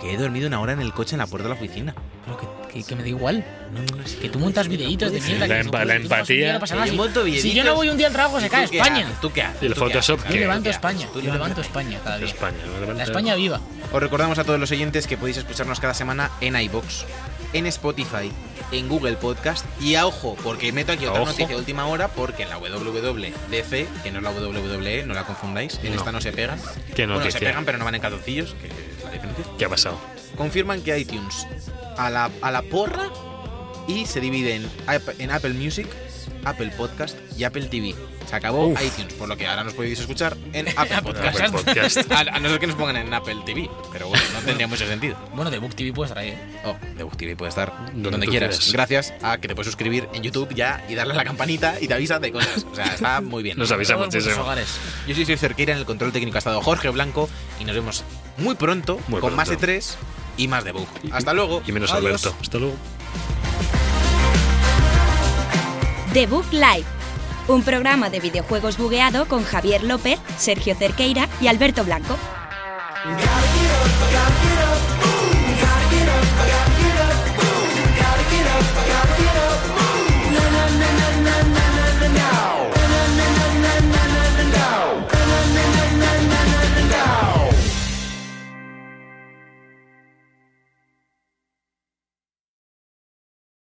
Que he dormido una hora en el coche en la puerta de la oficina. Pero que, que- que me da igual. No, no, no, es Que tú montas videitos de mierda. La que empa- tú- la tú vas un día y no pasa empatía. nada. Yo monto Si- Si yo videitos. no voy un día al trabajo, se cae España. ¿Tú qué haces? Y el ¿Tú qué haces? Photoshop, Yo ¿qué? levanto ¿Tú España. haces? Tú Yo levanto España cada día. España, me levanta- La España viva. Os recordamos a todos los oyentes que podéis escucharnos cada semana en iBox, en Spotify, en Google Podcast y a ojo, porque meto aquí otra Ojo. noticia de última hora, porque en la WWDC, que no es la WWE, no la confundáis, en No. esta no se pegan. Qué Bueno, se noticia. pegan, pero no van en calzoncillos, que es la diferencia. ¿Qué ha pasado? Confirman que iTunes a la, a la porra y se divide en, App- en Apple Music, Apple Podcast y Apple TV. Se acabó Uf. iTunes, por lo que ahora nos podéis escuchar <laughs> en Apple Podcast. Apple Podcast. A, <laughs> a no ser que nos pongan en Apple TV, pero bueno, no tendría mucho sentido. Bueno, de Book TV puedes traer. ¿eh? Oh, Debug TV puede estar Donde donde, tú quieras. quieras. Gracias a que te puedes suscribir en YouTube ya y darle a la campanita y te avisa de cosas. O sea, está muy bien. Nos avisa Todos vuestros muchísimo. hogares. Yo soy Sergio Cerqueira, en el control técnico ha estado Jorge Blanco y nos vemos muy pronto Muy con más de pronto. 3 y más Debug. Hasta luego. Y menos Adiós. Alberto. Hasta luego. The Book Live, un programa de videojuegos bugueado con Javier López, Sergio Cerqueira y Alberto Blanco. Gotta get up, gotta get up, move.